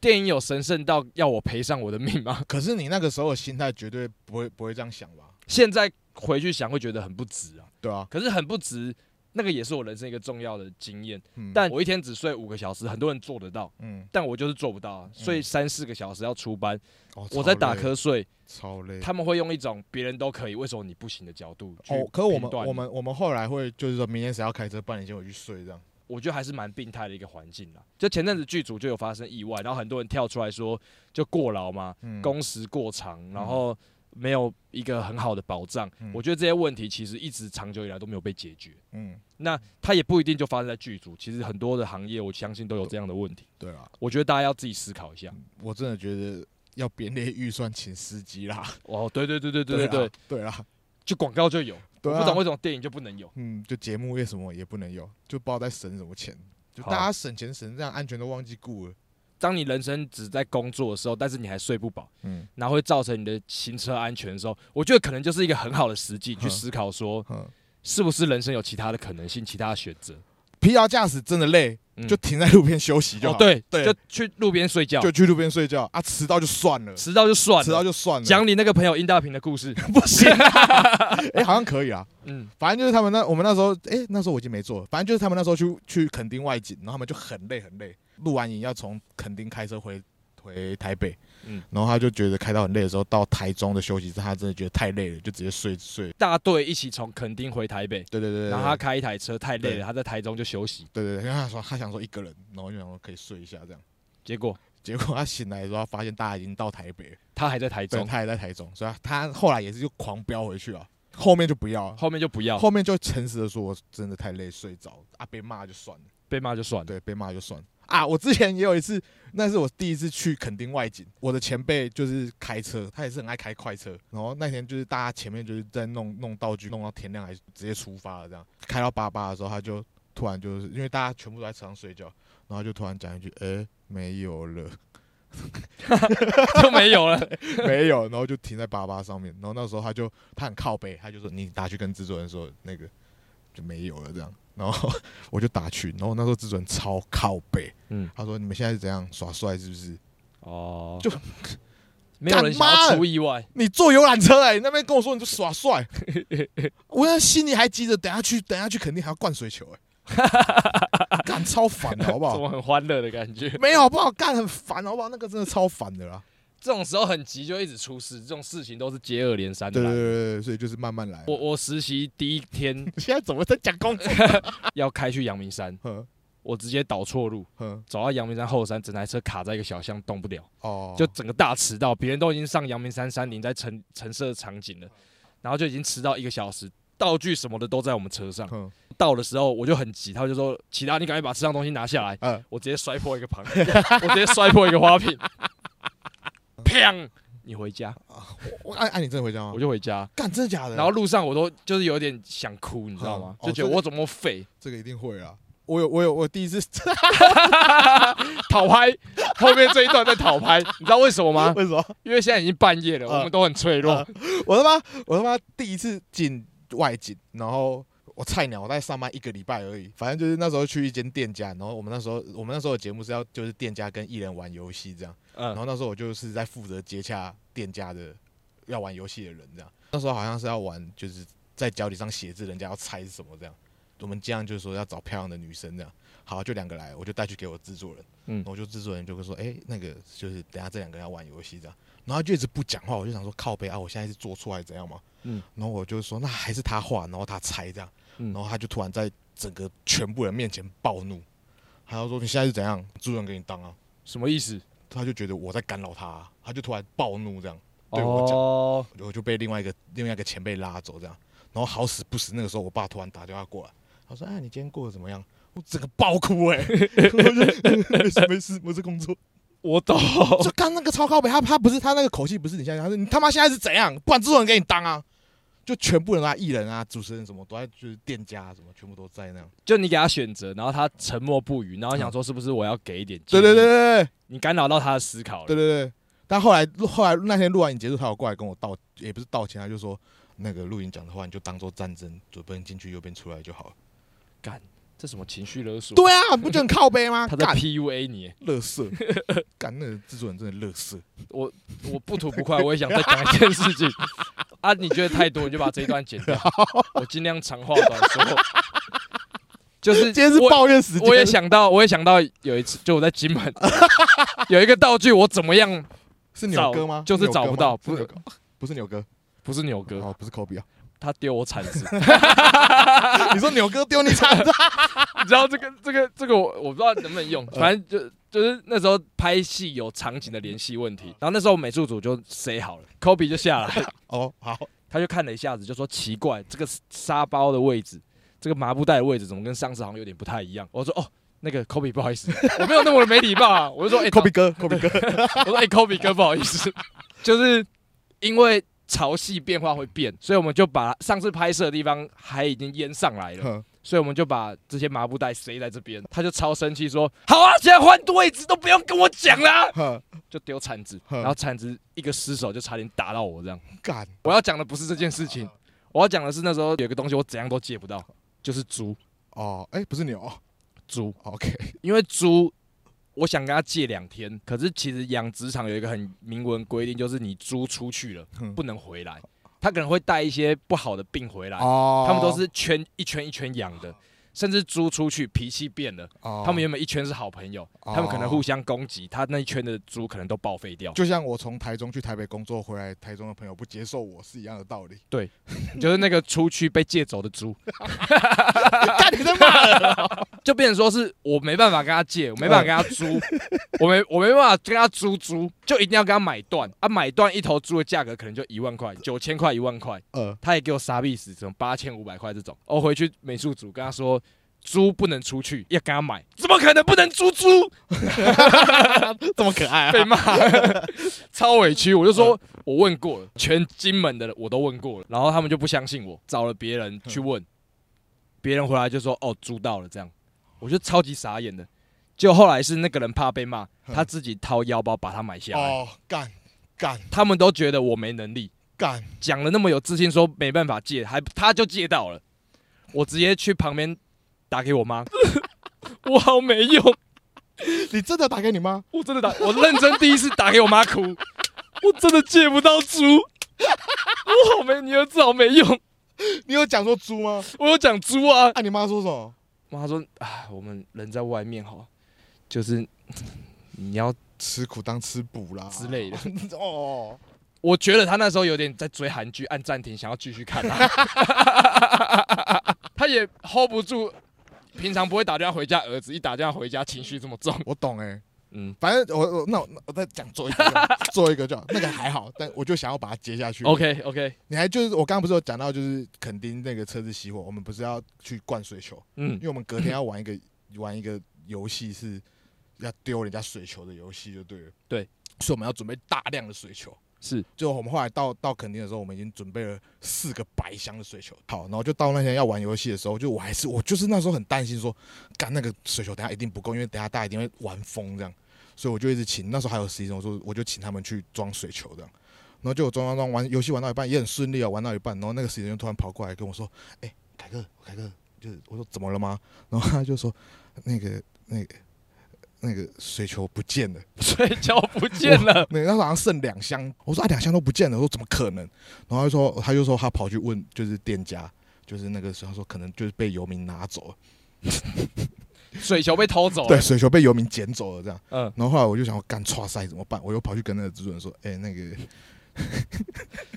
S1: 电影有神圣到要我赔上我的命吗？
S3: 可是你那个时候的心态绝对不会不会这样想吧？
S1: 现在回去想会觉得很不值啊，
S3: 对啊，
S1: 可是很不值，那个也是我人生一个重要的经验。
S3: 嗯
S1: 但我一天只睡五个小时，很多人做得到，
S3: 嗯，
S1: 但我就是做不到啊，所以
S3: 嗯
S1: 三四个小时要出班，
S3: 哦
S1: 我在打，
S3: 超累
S1: 瞌睡，
S3: 超累。
S1: 他们会用一种别人都可以，为什么你不行的角度去
S3: 哦，可是我
S1: 评
S3: 们
S1: 断
S3: 我们我们后来会就是说明天谁要开车，半你先回去睡这样。
S1: 我觉得还是蛮病态的一个环境啦。就前阵子剧组就有发生意外，然后很多人跳出来说就过劳嘛，
S3: 嗯
S1: 工时过长，然后没有一个很好的保障。
S3: 嗯
S1: 我觉得这些问题其实一直长久以来都没有被解决。
S3: 嗯，
S1: 那它也不一定就发生在剧组，其实很多的行业我相信都有这样的问题。
S3: 对啊，
S1: 我觉得大家要自己思考一下。
S3: 我真的觉得要编列预算请司机啦。
S1: 哦，对对对 对对对
S3: 对
S1: 对
S3: 啦，，对啦，
S1: 就广告就有，
S3: 对
S1: 我
S3: 啊
S1: 不懂为什么电影就不能有。
S3: 嗯，就节目为什么也不能有，就不知道在省什么钱，就
S1: 好
S3: 大家省钱省这样安全都忘记顾了。
S1: 当你人生只在工作的时候，但是你还睡不饱，
S3: 嗯
S1: 然后会造成你的行车安全的时候，我觉得可能就是一个很好的时机去
S3: 嗯
S1: 思考说，
S3: 哼，
S1: 是不是人生有其他的可能性、其他的选择。
S3: 疲劳驾驶真的累，
S1: 嗯
S3: 就停在路边休息就
S1: 哦
S3: 好，，
S1: 对
S3: 对
S1: 就去路边睡觉，
S3: 就去路边睡觉啊，迟到就算了，
S1: 迟到就算
S3: 迟到
S1: 了。
S3: 就算了，
S1: 讲你那个朋友殷大平的故事，
S3: 不行，哎，好像可以啊。
S1: 嗯，
S3: 反正就是他们那我们那时候，哎、那时候我已经没做了。反正就是他们那时候去去垦丁外景，然后他们就很累很累，录完影要从垦丁开车回回台北，
S1: 嗯
S3: 嗯，然后他就觉得开到很累的时候，到台中的休息站，他真的觉得太累了，就直接睡睡。
S1: 大队一起从垦丁回台北，
S3: 对对对对，
S1: 然后他开一台车太累
S3: 对
S1: 了，他在台中就休息，
S3: 对对对，因为他说他想说一个人，然后就想说可以睡一下这样。
S1: 结果
S3: 结果他醒来的时候，他发现大家已经到台北了，
S1: 他还在台
S3: 对，
S1: 中，
S3: 他也在台中，所以他他后来也是就狂飙回去啊，后面就不要了，
S1: 后面就不要
S3: 后面就诚实的说，我真的太累，睡着了啊，被骂就算了。
S1: 被骂就算了。
S3: 对，被骂就算了啊。我之前也有一次，那是我第一次去垦丁外景，我的前辈就是开车，他也是很爱开快车。然后那天就是大家前面就是在弄弄道具，弄到天亮还直接出发了，这样开到八八的时候，他就突然就是因为大家全部都在车上睡觉，然后就突然讲一句：“哎、没有了，
S1: 就没有了。
S3: 没有。”然后就停在八八上面。然后那时候他就他很靠背，他就说：“你打去跟制作人说那个就没有了这样。”然后我就打去，然后那时候制作人超靠背。
S1: 嗯，
S3: 他说：“你们现在是怎样耍帅是不是？
S1: 哦，
S3: 就
S1: 没有人想
S3: 干
S1: 要
S3: 妈
S1: 出意外。
S3: 你坐游览车哎、你那边跟我说你就耍帅，我现在心里还急着，等下去，等下去肯定还要灌水球哎、 干哦超烦的好不
S1: 怎
S3: 好？
S1: 么很欢乐的感觉？
S3: 没有好不好？干很烦好不好？那个真的超烦的啦。
S1: 这种时候很急，就一直出事，这种事情都是接二连三的
S3: 对
S1: 啦。
S3: 对对对，所以就是慢慢来。
S1: 我我实习第一天
S3: 现在怎么在讲工作？
S1: 要开去阳明山，
S3: 哼
S1: 我直接导错路，
S3: 哼
S1: 走到阳明山后山，整台车卡在一个小巷动不了，
S3: 哦，
S1: 就整个大迟到。别人都已经上阳明山山顶在陈陈设场景了，然后就已经迟到一个小时，道具什么的都在我们车上。
S3: 哼
S1: 到的时候我就很急，他就说：“其他你赶快把吃上东西拿下来。”
S3: 嗯
S1: 我直接摔破一个螃蟹， 我直接摔破一个花 瓶，
S3: 嗯
S1: 砰！你回家，
S3: 我哎哎，你真的回家吗
S1: 我？就回家。
S3: 干，真的假的？
S1: 然后路上我都就是有点想哭，你知道吗？
S3: 啊嗯哦
S1: 就觉得我怎么废，
S3: 这个一定会啊！我有我有我第一次，
S1: 啊讨拍。后面这一段在讨拍， 你知道为什么吗？
S3: 为什么？
S1: 因为现在已经半夜了，
S3: 嗯
S1: 我们都很脆弱。
S3: 我他妈我他妈第一次进外景，然后我菜鸟，我在上班一个礼拜而已。反正就是那时候去一间店家，然后我们那时候我们那时候的节目是要就是店家跟艺人玩游戏这样，然
S1: 嗯，
S3: 后那时候我就是在负责接洽店家的要玩游戏的人这样。那时候好像是要玩就是在脚底上写字，人家要猜是什么这样。我们这样就是说要找漂亮的女生这样。好，就两个来，我就带去给我制作人。
S1: 嗯
S3: 然后我就制作人就会说，哎、那个就是等下这两个人要玩游戏这样，然后他就一直不讲话，我就想说靠背啊，我现在是做错还是怎样嘛？
S1: 嗯
S3: 嗯，然后我就说那还是他画，然后他猜这样，
S1: 嗯
S3: 然后他就突然在整个全部人面前暴怒，他就说你现在是怎样，制作人给你当啊，
S1: 什么意思？
S3: 他就觉得我在干扰他啊、他就突然暴怒这样，对我讲
S1: 哦，
S3: 我就被另外一个另外一个前辈拉走这样，然后好死不死那个时候我爸突然打电话过来，他说哎你今天过得怎么样？我整个爆哭哎、我就 没事没事，我在工作。
S1: 我懂。
S3: 就刚那个超高北，他他不是他那个口气不是你现在，他是你他妈现在是怎样？不然制作人给你当啊！就全部人啊，艺人啊，主持人什么都在，就是店家、啊、什么全部都在那样。
S1: 就你给他选择，然后他沉默不语，然后想说是不是我要给一点？
S3: 嗯对对对，对
S1: 你干扰到他的思考了。
S3: 对对对。但后来后来那天录完影结束，他有过来跟我道，也不是道歉，他就说那个录影讲的话，你就当做战争，左边进去右边出来就好了。
S1: 这什么情绪勒索？
S3: 对啊，不就很靠背吗？
S1: 他在
S3: 干
S1: PUA 你，
S3: 乐色，干那个制作人真的乐色。
S1: 我不吐不快。我也想再讲一件事情啊，你觉得太多，你就把这一段剪掉。我尽量长话短 说，就是
S3: 今天是
S1: 我
S3: 抱怨时间，
S1: 我也想到，我也想到有一次，就我在金 门有一个道具，我怎么样？
S3: 是牛哥吗？
S1: 就是找不到
S3: 是牛哥吗不是牛哥，
S1: 不是牛
S3: 不是牛哥
S1: 哥，
S3: 哦，不是科比 啊。
S1: 他丢我铲子，
S3: 你说牛哥丢你铲子，
S1: 你知道这个这个这个我我不知道能不能用，
S3: 呃
S1: 反正就就是那时候拍戏有场景的联系问
S3: 呃
S1: 题，然后那时候美术组就塞好了，Kobe 就下来，
S3: 哦，好，
S1: 他就看了一下子，就说奇怪，这个沙包的位置，这个麻布袋的位置怎么跟上次好像有点不太一样？我说哦，那个 Kobe 不好意思， 我没有那么没礼貌啊，我就 说哎、
S3: 科比哥，科比哥，
S1: 我说哎、科比哥不好意思， 就是因为潮汐变化会变，所以我们就把上次拍摄的地方还已经淹上来了，
S3: 哼
S1: 所以我们就把这些麻布袋塞在这边，他就超生气说好啊，现在换位置都不用跟我讲啦，
S3: 哼，
S1: 就丢铲子，
S3: 哼
S1: 然后铲子一个失手就差点打到我这样。
S3: 干，
S1: 我要讲的不是这件事情，我要讲的是那时候有一个东西我怎样都借不到，就是猪
S3: 哦，哎，不是牛
S1: 猪，
S3: ，OK，
S1: 因为猪我想跟他借两天，可是其实养殖场有一个很明文规定，就是你猪出去了
S3: 哼
S1: 不能回来，它可能会带一些不好的病回来，
S3: 哦
S1: 他们都是圈一圈一圈养的。甚至猪出去脾气变了，
S3: 哦，
S1: 他们原本一圈是好朋友，他们可能互相攻击，他那一圈的猪可能都报废掉。
S3: 就像我从台中去台北工作回来，台中的朋友不接受我是一样的道理。
S1: 就是那个出去被借走的猪，
S3: 干，你在骂人啊？
S1: 就变成说是我没办法跟他借，我没办法跟他租，
S3: 嗯
S1: 我没我没办法跟他租租，就一定要跟他买断啊！买断一头猪的价格可能就一万块、九千块、一万块，
S3: 呃，
S1: 他也给我杀必死，什么八千五百块这种。哦我回去美术组跟他说。猪不能出去，要跟他买，怎么可能不能租猪？
S3: 这么可爱啊？
S1: 被骂， 超委屈。我就说，我问过了，全金门的我都问过了，然后他们就不相信我，找了别人去问，别人回来就说，哦，租到了这样，我就超级傻眼的。就后来是那个人怕被骂，
S3: 嗯
S1: 他自己掏腰包把它买下来。
S3: 哦，干，干，
S1: 他们都觉得我没能力，
S3: 干，
S1: 讲了那么有自信，说没办法借，还他就借到了。我直接去旁边打给我妈， 我好没用，
S3: 你真的打给你妈？
S1: 我真的打，我认真第一次打给我妈哭，我真的借不到猪，我好没，你儿子好没用，
S3: 你有讲说猪吗？
S1: 我有讲猪啊。
S3: 啊，你妈说什么？
S1: 妈说，哎，我们人在外面哈，就是你要
S3: 吃苦当吃 补啦
S1: 之类的。
S3: 哦，
S1: 我觉得他那时候有点在追韩剧，按暂停，想要继续看、 啊。他也 hold 不住，平常不会打电话回家，儿子一打电话回家情绪这么重，
S3: 我懂哎，
S1: 嗯
S3: 反正我我那我我再讲做一个就 好，做一个就好，那个还好，但我就想要把它接下去。
S1: ，OK OK，
S3: 你还就是我刚刚不是有讲到，就是垦丁那个车子熄火，我们不是要去灌水球，
S1: 嗯
S3: 因为我们隔天要玩一个 玩一个游戏是要丢人家水球的游戏，就对了。
S1: 对，
S3: 所以我们要准备大量的水球。
S1: 是
S3: 就我们后来到到垦丁的时候，我们已经准备了四个白箱的水球。好，然后就到那天要玩游戏的时候，就我还是我就是那时候很担心说，干那个水球等下一定不够，因为等下大家一定会玩疯这样，所以我就一直请那时候还有实习生，我说我就请他们去装水球这样。然后就我装装装玩游戏玩到一半也很顺利啊，玩到一半，然后那个实习生突然跑过来跟我说：“哎、凯哥，凯哥，就是我说怎么了吗？”然后他就说：“那个那个那个水球不见了。”
S1: 水球不见了，
S3: 那那时候好像剩两箱，我说啊两箱都不见了，我说怎么可能？然后他就说他就说他跑去问就是店家，就是那个时候他说可能就是被游民拿走了，
S1: 水球被偷走
S3: 对，
S1: 了。
S3: 水球被游民捡走了这样。
S1: 哦嗯，
S3: 然后后来我就想我干叉赛怎么办？我又跑去跟那个制作人说，哎、那个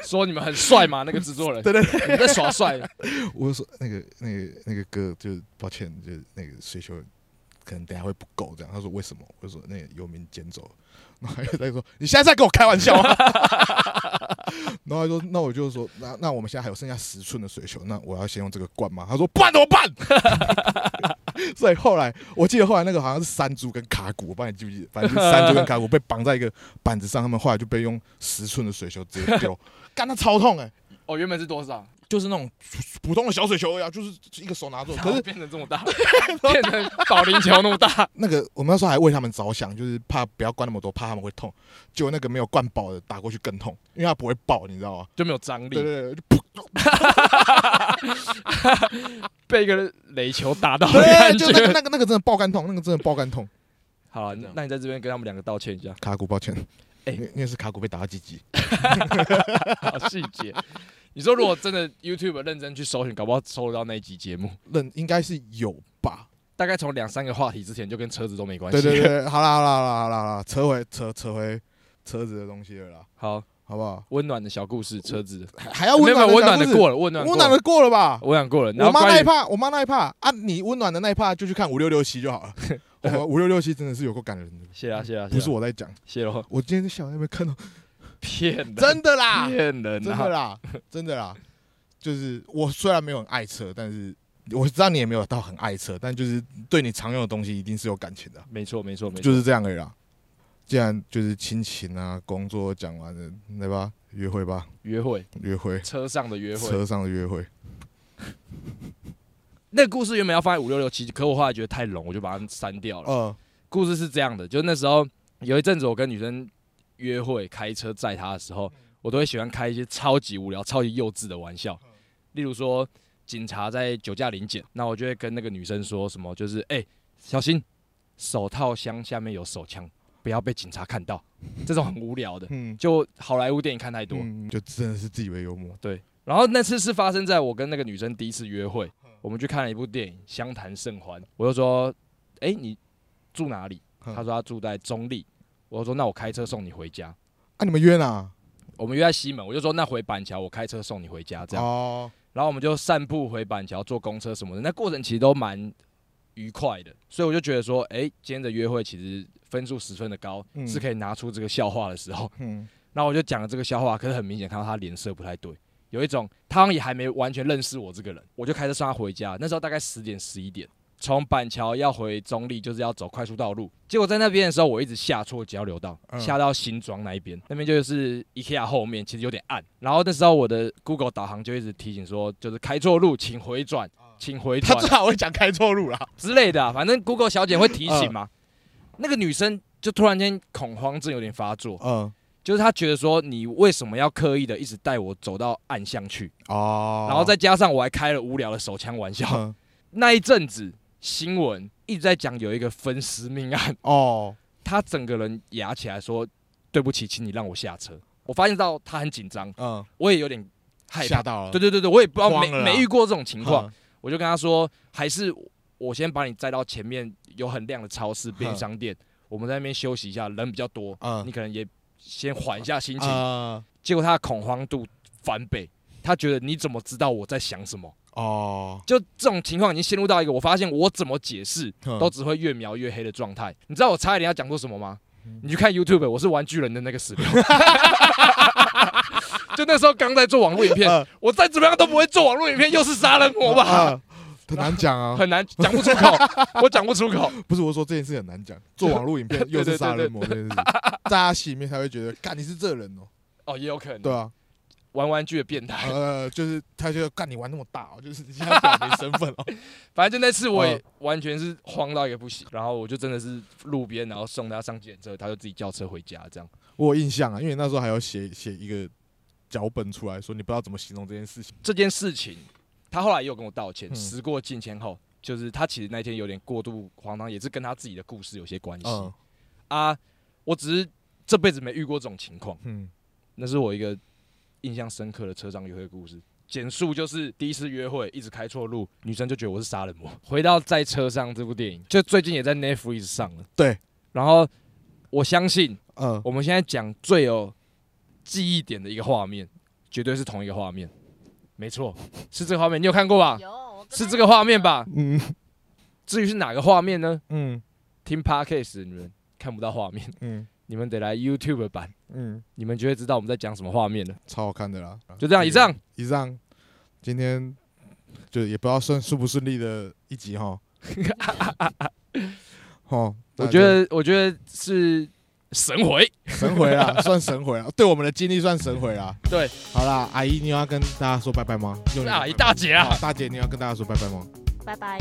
S1: 说你们很帅嘛，那个制作人，
S3: 对
S1: 对对，你在耍 帅，
S3: 我就说那个那个那个哥就是抱歉，就是那个水球可能等一下会不够这样。他说为什么？我就说那个游民捡走了。然后他又在说你现在在跟我开玩笑吗？然后他说那我就说那那我们现在还有剩下十寸的水球，那我要先用这个灌吗？他说不然怎么办？所以后来我记得后来那个好像是山猪跟卡古，我不知道你记不记得，反正就是山猪跟卡古被绑在一个板子上，他们后来就被用十寸的水球直接丢，干那超痛哎、
S1: 哦，原本是多少？
S3: 就是那种普通的小水球呀，就是一个手拿住。
S1: 然
S3: 可
S1: 后
S3: 是
S1: 变成这么 大，变成保龄球那么大，
S3: 那个我们那时候还为他们着想，就是怕不要灌那么多，怕他们会痛。结果那个没有灌饱的打过去更痛，因为它不会爆，你知道吗？
S1: 就没有张力，
S3: 对对对，就噗
S1: 被一个垒球打到的感
S3: 对，就那个
S1: 觉。
S3: 那个那个真的爆肝痛，那个真的爆肝痛。
S1: 好了，那你在这边跟他们两个道歉一下，
S3: 卡古，抱歉，
S1: 哎
S3: 你你也是卡古被打到鸡鸡。
S1: 好细节。你说如果真的 YouTube 认真去搜寻，搞不好搜得到那一集节目。
S3: 认应该是有吧？
S1: 大概从两三个话题之前就跟车子都没关系。
S3: 对对对，好啦好啦好啦好啦好啦，扯回扯扯回车子的东西了啦，
S1: 好，
S3: 好不好？
S1: 温暖的小故事，车子
S3: 还还要
S1: 没
S3: 啊温
S1: 有没有
S3: 暖
S1: 温暖
S3: 小
S1: 的
S3: 故事
S1: 过了，温暖
S3: 温
S1: 过
S3: 暖的
S1: 了
S3: 过了吧？
S1: 温暖过了。然
S3: 我
S1: 后
S3: 妈那
S1: 关
S3: 一
S1: 于
S3: 趴，我妈那一趴啊，你温暖的那一趴就去看五六六七就好 了。我五六六七真的是有够感人的，
S1: 谢啦谢啦，
S3: 不是
S1: 我
S3: 我在讲，
S1: 谢 咯，
S3: 我今天在小那边 看到，
S1: 骗人
S3: 真 的啦，
S1: 骗人
S3: 真的
S1: 啊！
S3: 啦，真的啦，就是我虽然没有很爱车，但是我知道你也没有到很爱车，但就是对你常用的东西一定是有感情的啊，
S1: 没错没错没错
S3: 就，是这样而已啦。既然就是亲情啊、工作讲完了，来吧，约会吧，
S1: 约会
S3: 约会，
S1: 车上的约会。
S3: 车上的约会，
S1: 那个故事原本要放在五六六七，可我后来觉得太long，我就把它删掉了。
S3: 呃，
S1: 故事是这样的，就那时候有一阵子我跟女生约会，开车载她的时候，我都会喜欢开一些超级无聊、超级幼稚的玩笑，
S3: 嗯
S1: 例如说警察在酒驾临检，那我就会跟那个女生说什么，就是哎、小心手套箱下面有手枪，不要被警察看到，这种很无聊的，
S3: 嗯，
S1: 就好莱坞电影看太多。
S3: 嗯就真的是自以为幽默，
S1: 对，然后那次是发生在我跟那个女生第一次约会，我们去看了一部电影《相谈甚欢》，我就说，哎、你住哪里？
S3: 嗯
S1: 她说她住在中立，我就说那我开车送你回家。
S3: 啊，你们约哪？
S1: 我们约在西门，我就说那回板桥，我开车送你回家这样。
S3: 哦，
S1: 然后我们就散步回板桥，坐公车什么的，那过程其实都蛮愉快的，所以我就觉得说，哎、今天的约会其实分数十分的高，
S3: 嗯
S1: 是可以拿出这个笑话的时候。
S3: 嗯，
S1: 然后我就讲了这个笑话，可是很明显看到他脸色不太对，有一种他好像也还没完全认识我这个人，我就开车送他回家。那时候大概十点十一点，从板桥要回中立，就是要走快速道路。结果在那边的时候，我一直下错交流道，
S3: 嗯
S1: 下到新庄那一边，那边就是 IKEA 后面，其实有点暗。然后那时候我的 Google 导航就一直提醒说，就是开错路，请回转，请回
S3: 啊他
S1: 转
S3: 最好会讲开错路啦。
S1: 之类的啊、反正 Google 小姐会提
S3: 嗯
S1: 醒嘛。那个女生就突然间恐慌症有点发作，
S3: 嗯，
S1: 就是他觉得说你为什么要刻意的一直带我走到暗巷去，
S3: 哦，
S1: 然后再加上我还开了无聊的手枪玩笑。
S3: 嗯
S1: 那一阵子新闻一直在讲有一个分尸命案，
S3: 哦，
S1: 他整个人压起来说：“对不起，请你让我下车。”我发现到他很紧张，
S3: 嗯，
S1: 我也有点害
S3: 吓
S1: 怕。
S3: 到了，
S1: 对对对对，我也不知道
S3: 慌
S1: 没
S3: 了啦
S1: 没遇过这种情
S3: 嗯，
S1: 况，我就跟他说：“还是我先把你载到前面有很亮的超市、便利商店，我们在那边休息一下，人比较多，
S3: 嗯，
S1: 你可能也先缓一下心情。”
S3: 啊，
S1: 结果他的恐慌度翻倍，他觉得你怎么知道我在想什么？
S3: 哦，
S1: 就这种情况已经陷入到一个我发现我怎么解释
S3: 哼
S1: 都只会越描越黑的状态。你知道我差一点要讲出什么吗？你去看 YouTube，我是玩巨人的那个死料。 就那时候刚在做网络影片
S3: 嗯，
S1: 我再怎么样都不会做网络影片，又是杀人魔吧，
S3: 啊很难讲 啊，
S1: 很难讲不出口，我讲不出口。
S3: 不是我说这件事很难讲，做网络影 片又是杀人魔这件事，大家心里面才会觉得，干你是这人哦，
S1: 哦，也有可
S3: 对
S1: 能
S3: 啊，
S1: 玩玩具的变态。
S3: 呃，就是他觉得干你玩那么大哦，就是你现在表明身份 哦，
S1: 反正就那次我也
S3: 嗯
S1: 完全是慌到一个不行，然后我就真的是路边，然后送他上计程车，他就自己叫车回家这样。
S3: 我有印象啊，因为那时候还要写写一个脚本出来，说你不知道怎么形容这件事情。
S1: 这件事情，他后来也有跟我道歉。
S3: 嗯
S1: 时过境迁后，就是他其实那天有点过度慌张，也是跟他自己的故事有些关系、
S3: 嗯
S1: 啊。我只是这辈子没遇过这种情况，
S3: 嗯，
S1: 那是我一个印象深刻的车上约会故事。简述就是第一次约会一直开错路，女生就觉得我是杀人魔。
S3: 嗯
S1: 回到在车上这部电影，就最近也在 Netflix 上了。
S3: 对，
S1: 然后我相信
S3: 呃，
S1: 我们现在讲最有记忆点的一个画面，绝对是同一个画面，没错，是这个画面，你有看过吧？
S2: 有，我
S1: 啊
S2: 跟
S1: 是
S2: 他
S1: 这个画面吧？
S3: 嗯
S1: 至于是哪个画面呢？
S3: 嗯
S1: 听 podcast 的你们看不到画面，
S3: 嗯
S1: 你们得来 YouTube 版，
S3: 嗯，
S1: 你们就会知道我们在讲什么画面了。
S3: 超好看的啦。
S1: 就这样，以上
S3: 以上，今天就也不知道顺顺不顺利的一 集哈。哦，
S1: 我觉得我觉得是神回，
S3: 神回啦， 算神回啦，对我们的经历算神回啦。
S1: 对，
S3: 好啦，阿姨，你有要跟大家说拜拜吗？用你的
S1: 啊，一大截啊。
S3: 好大姐，你要跟大家说拜拜吗？
S2: 拜拜。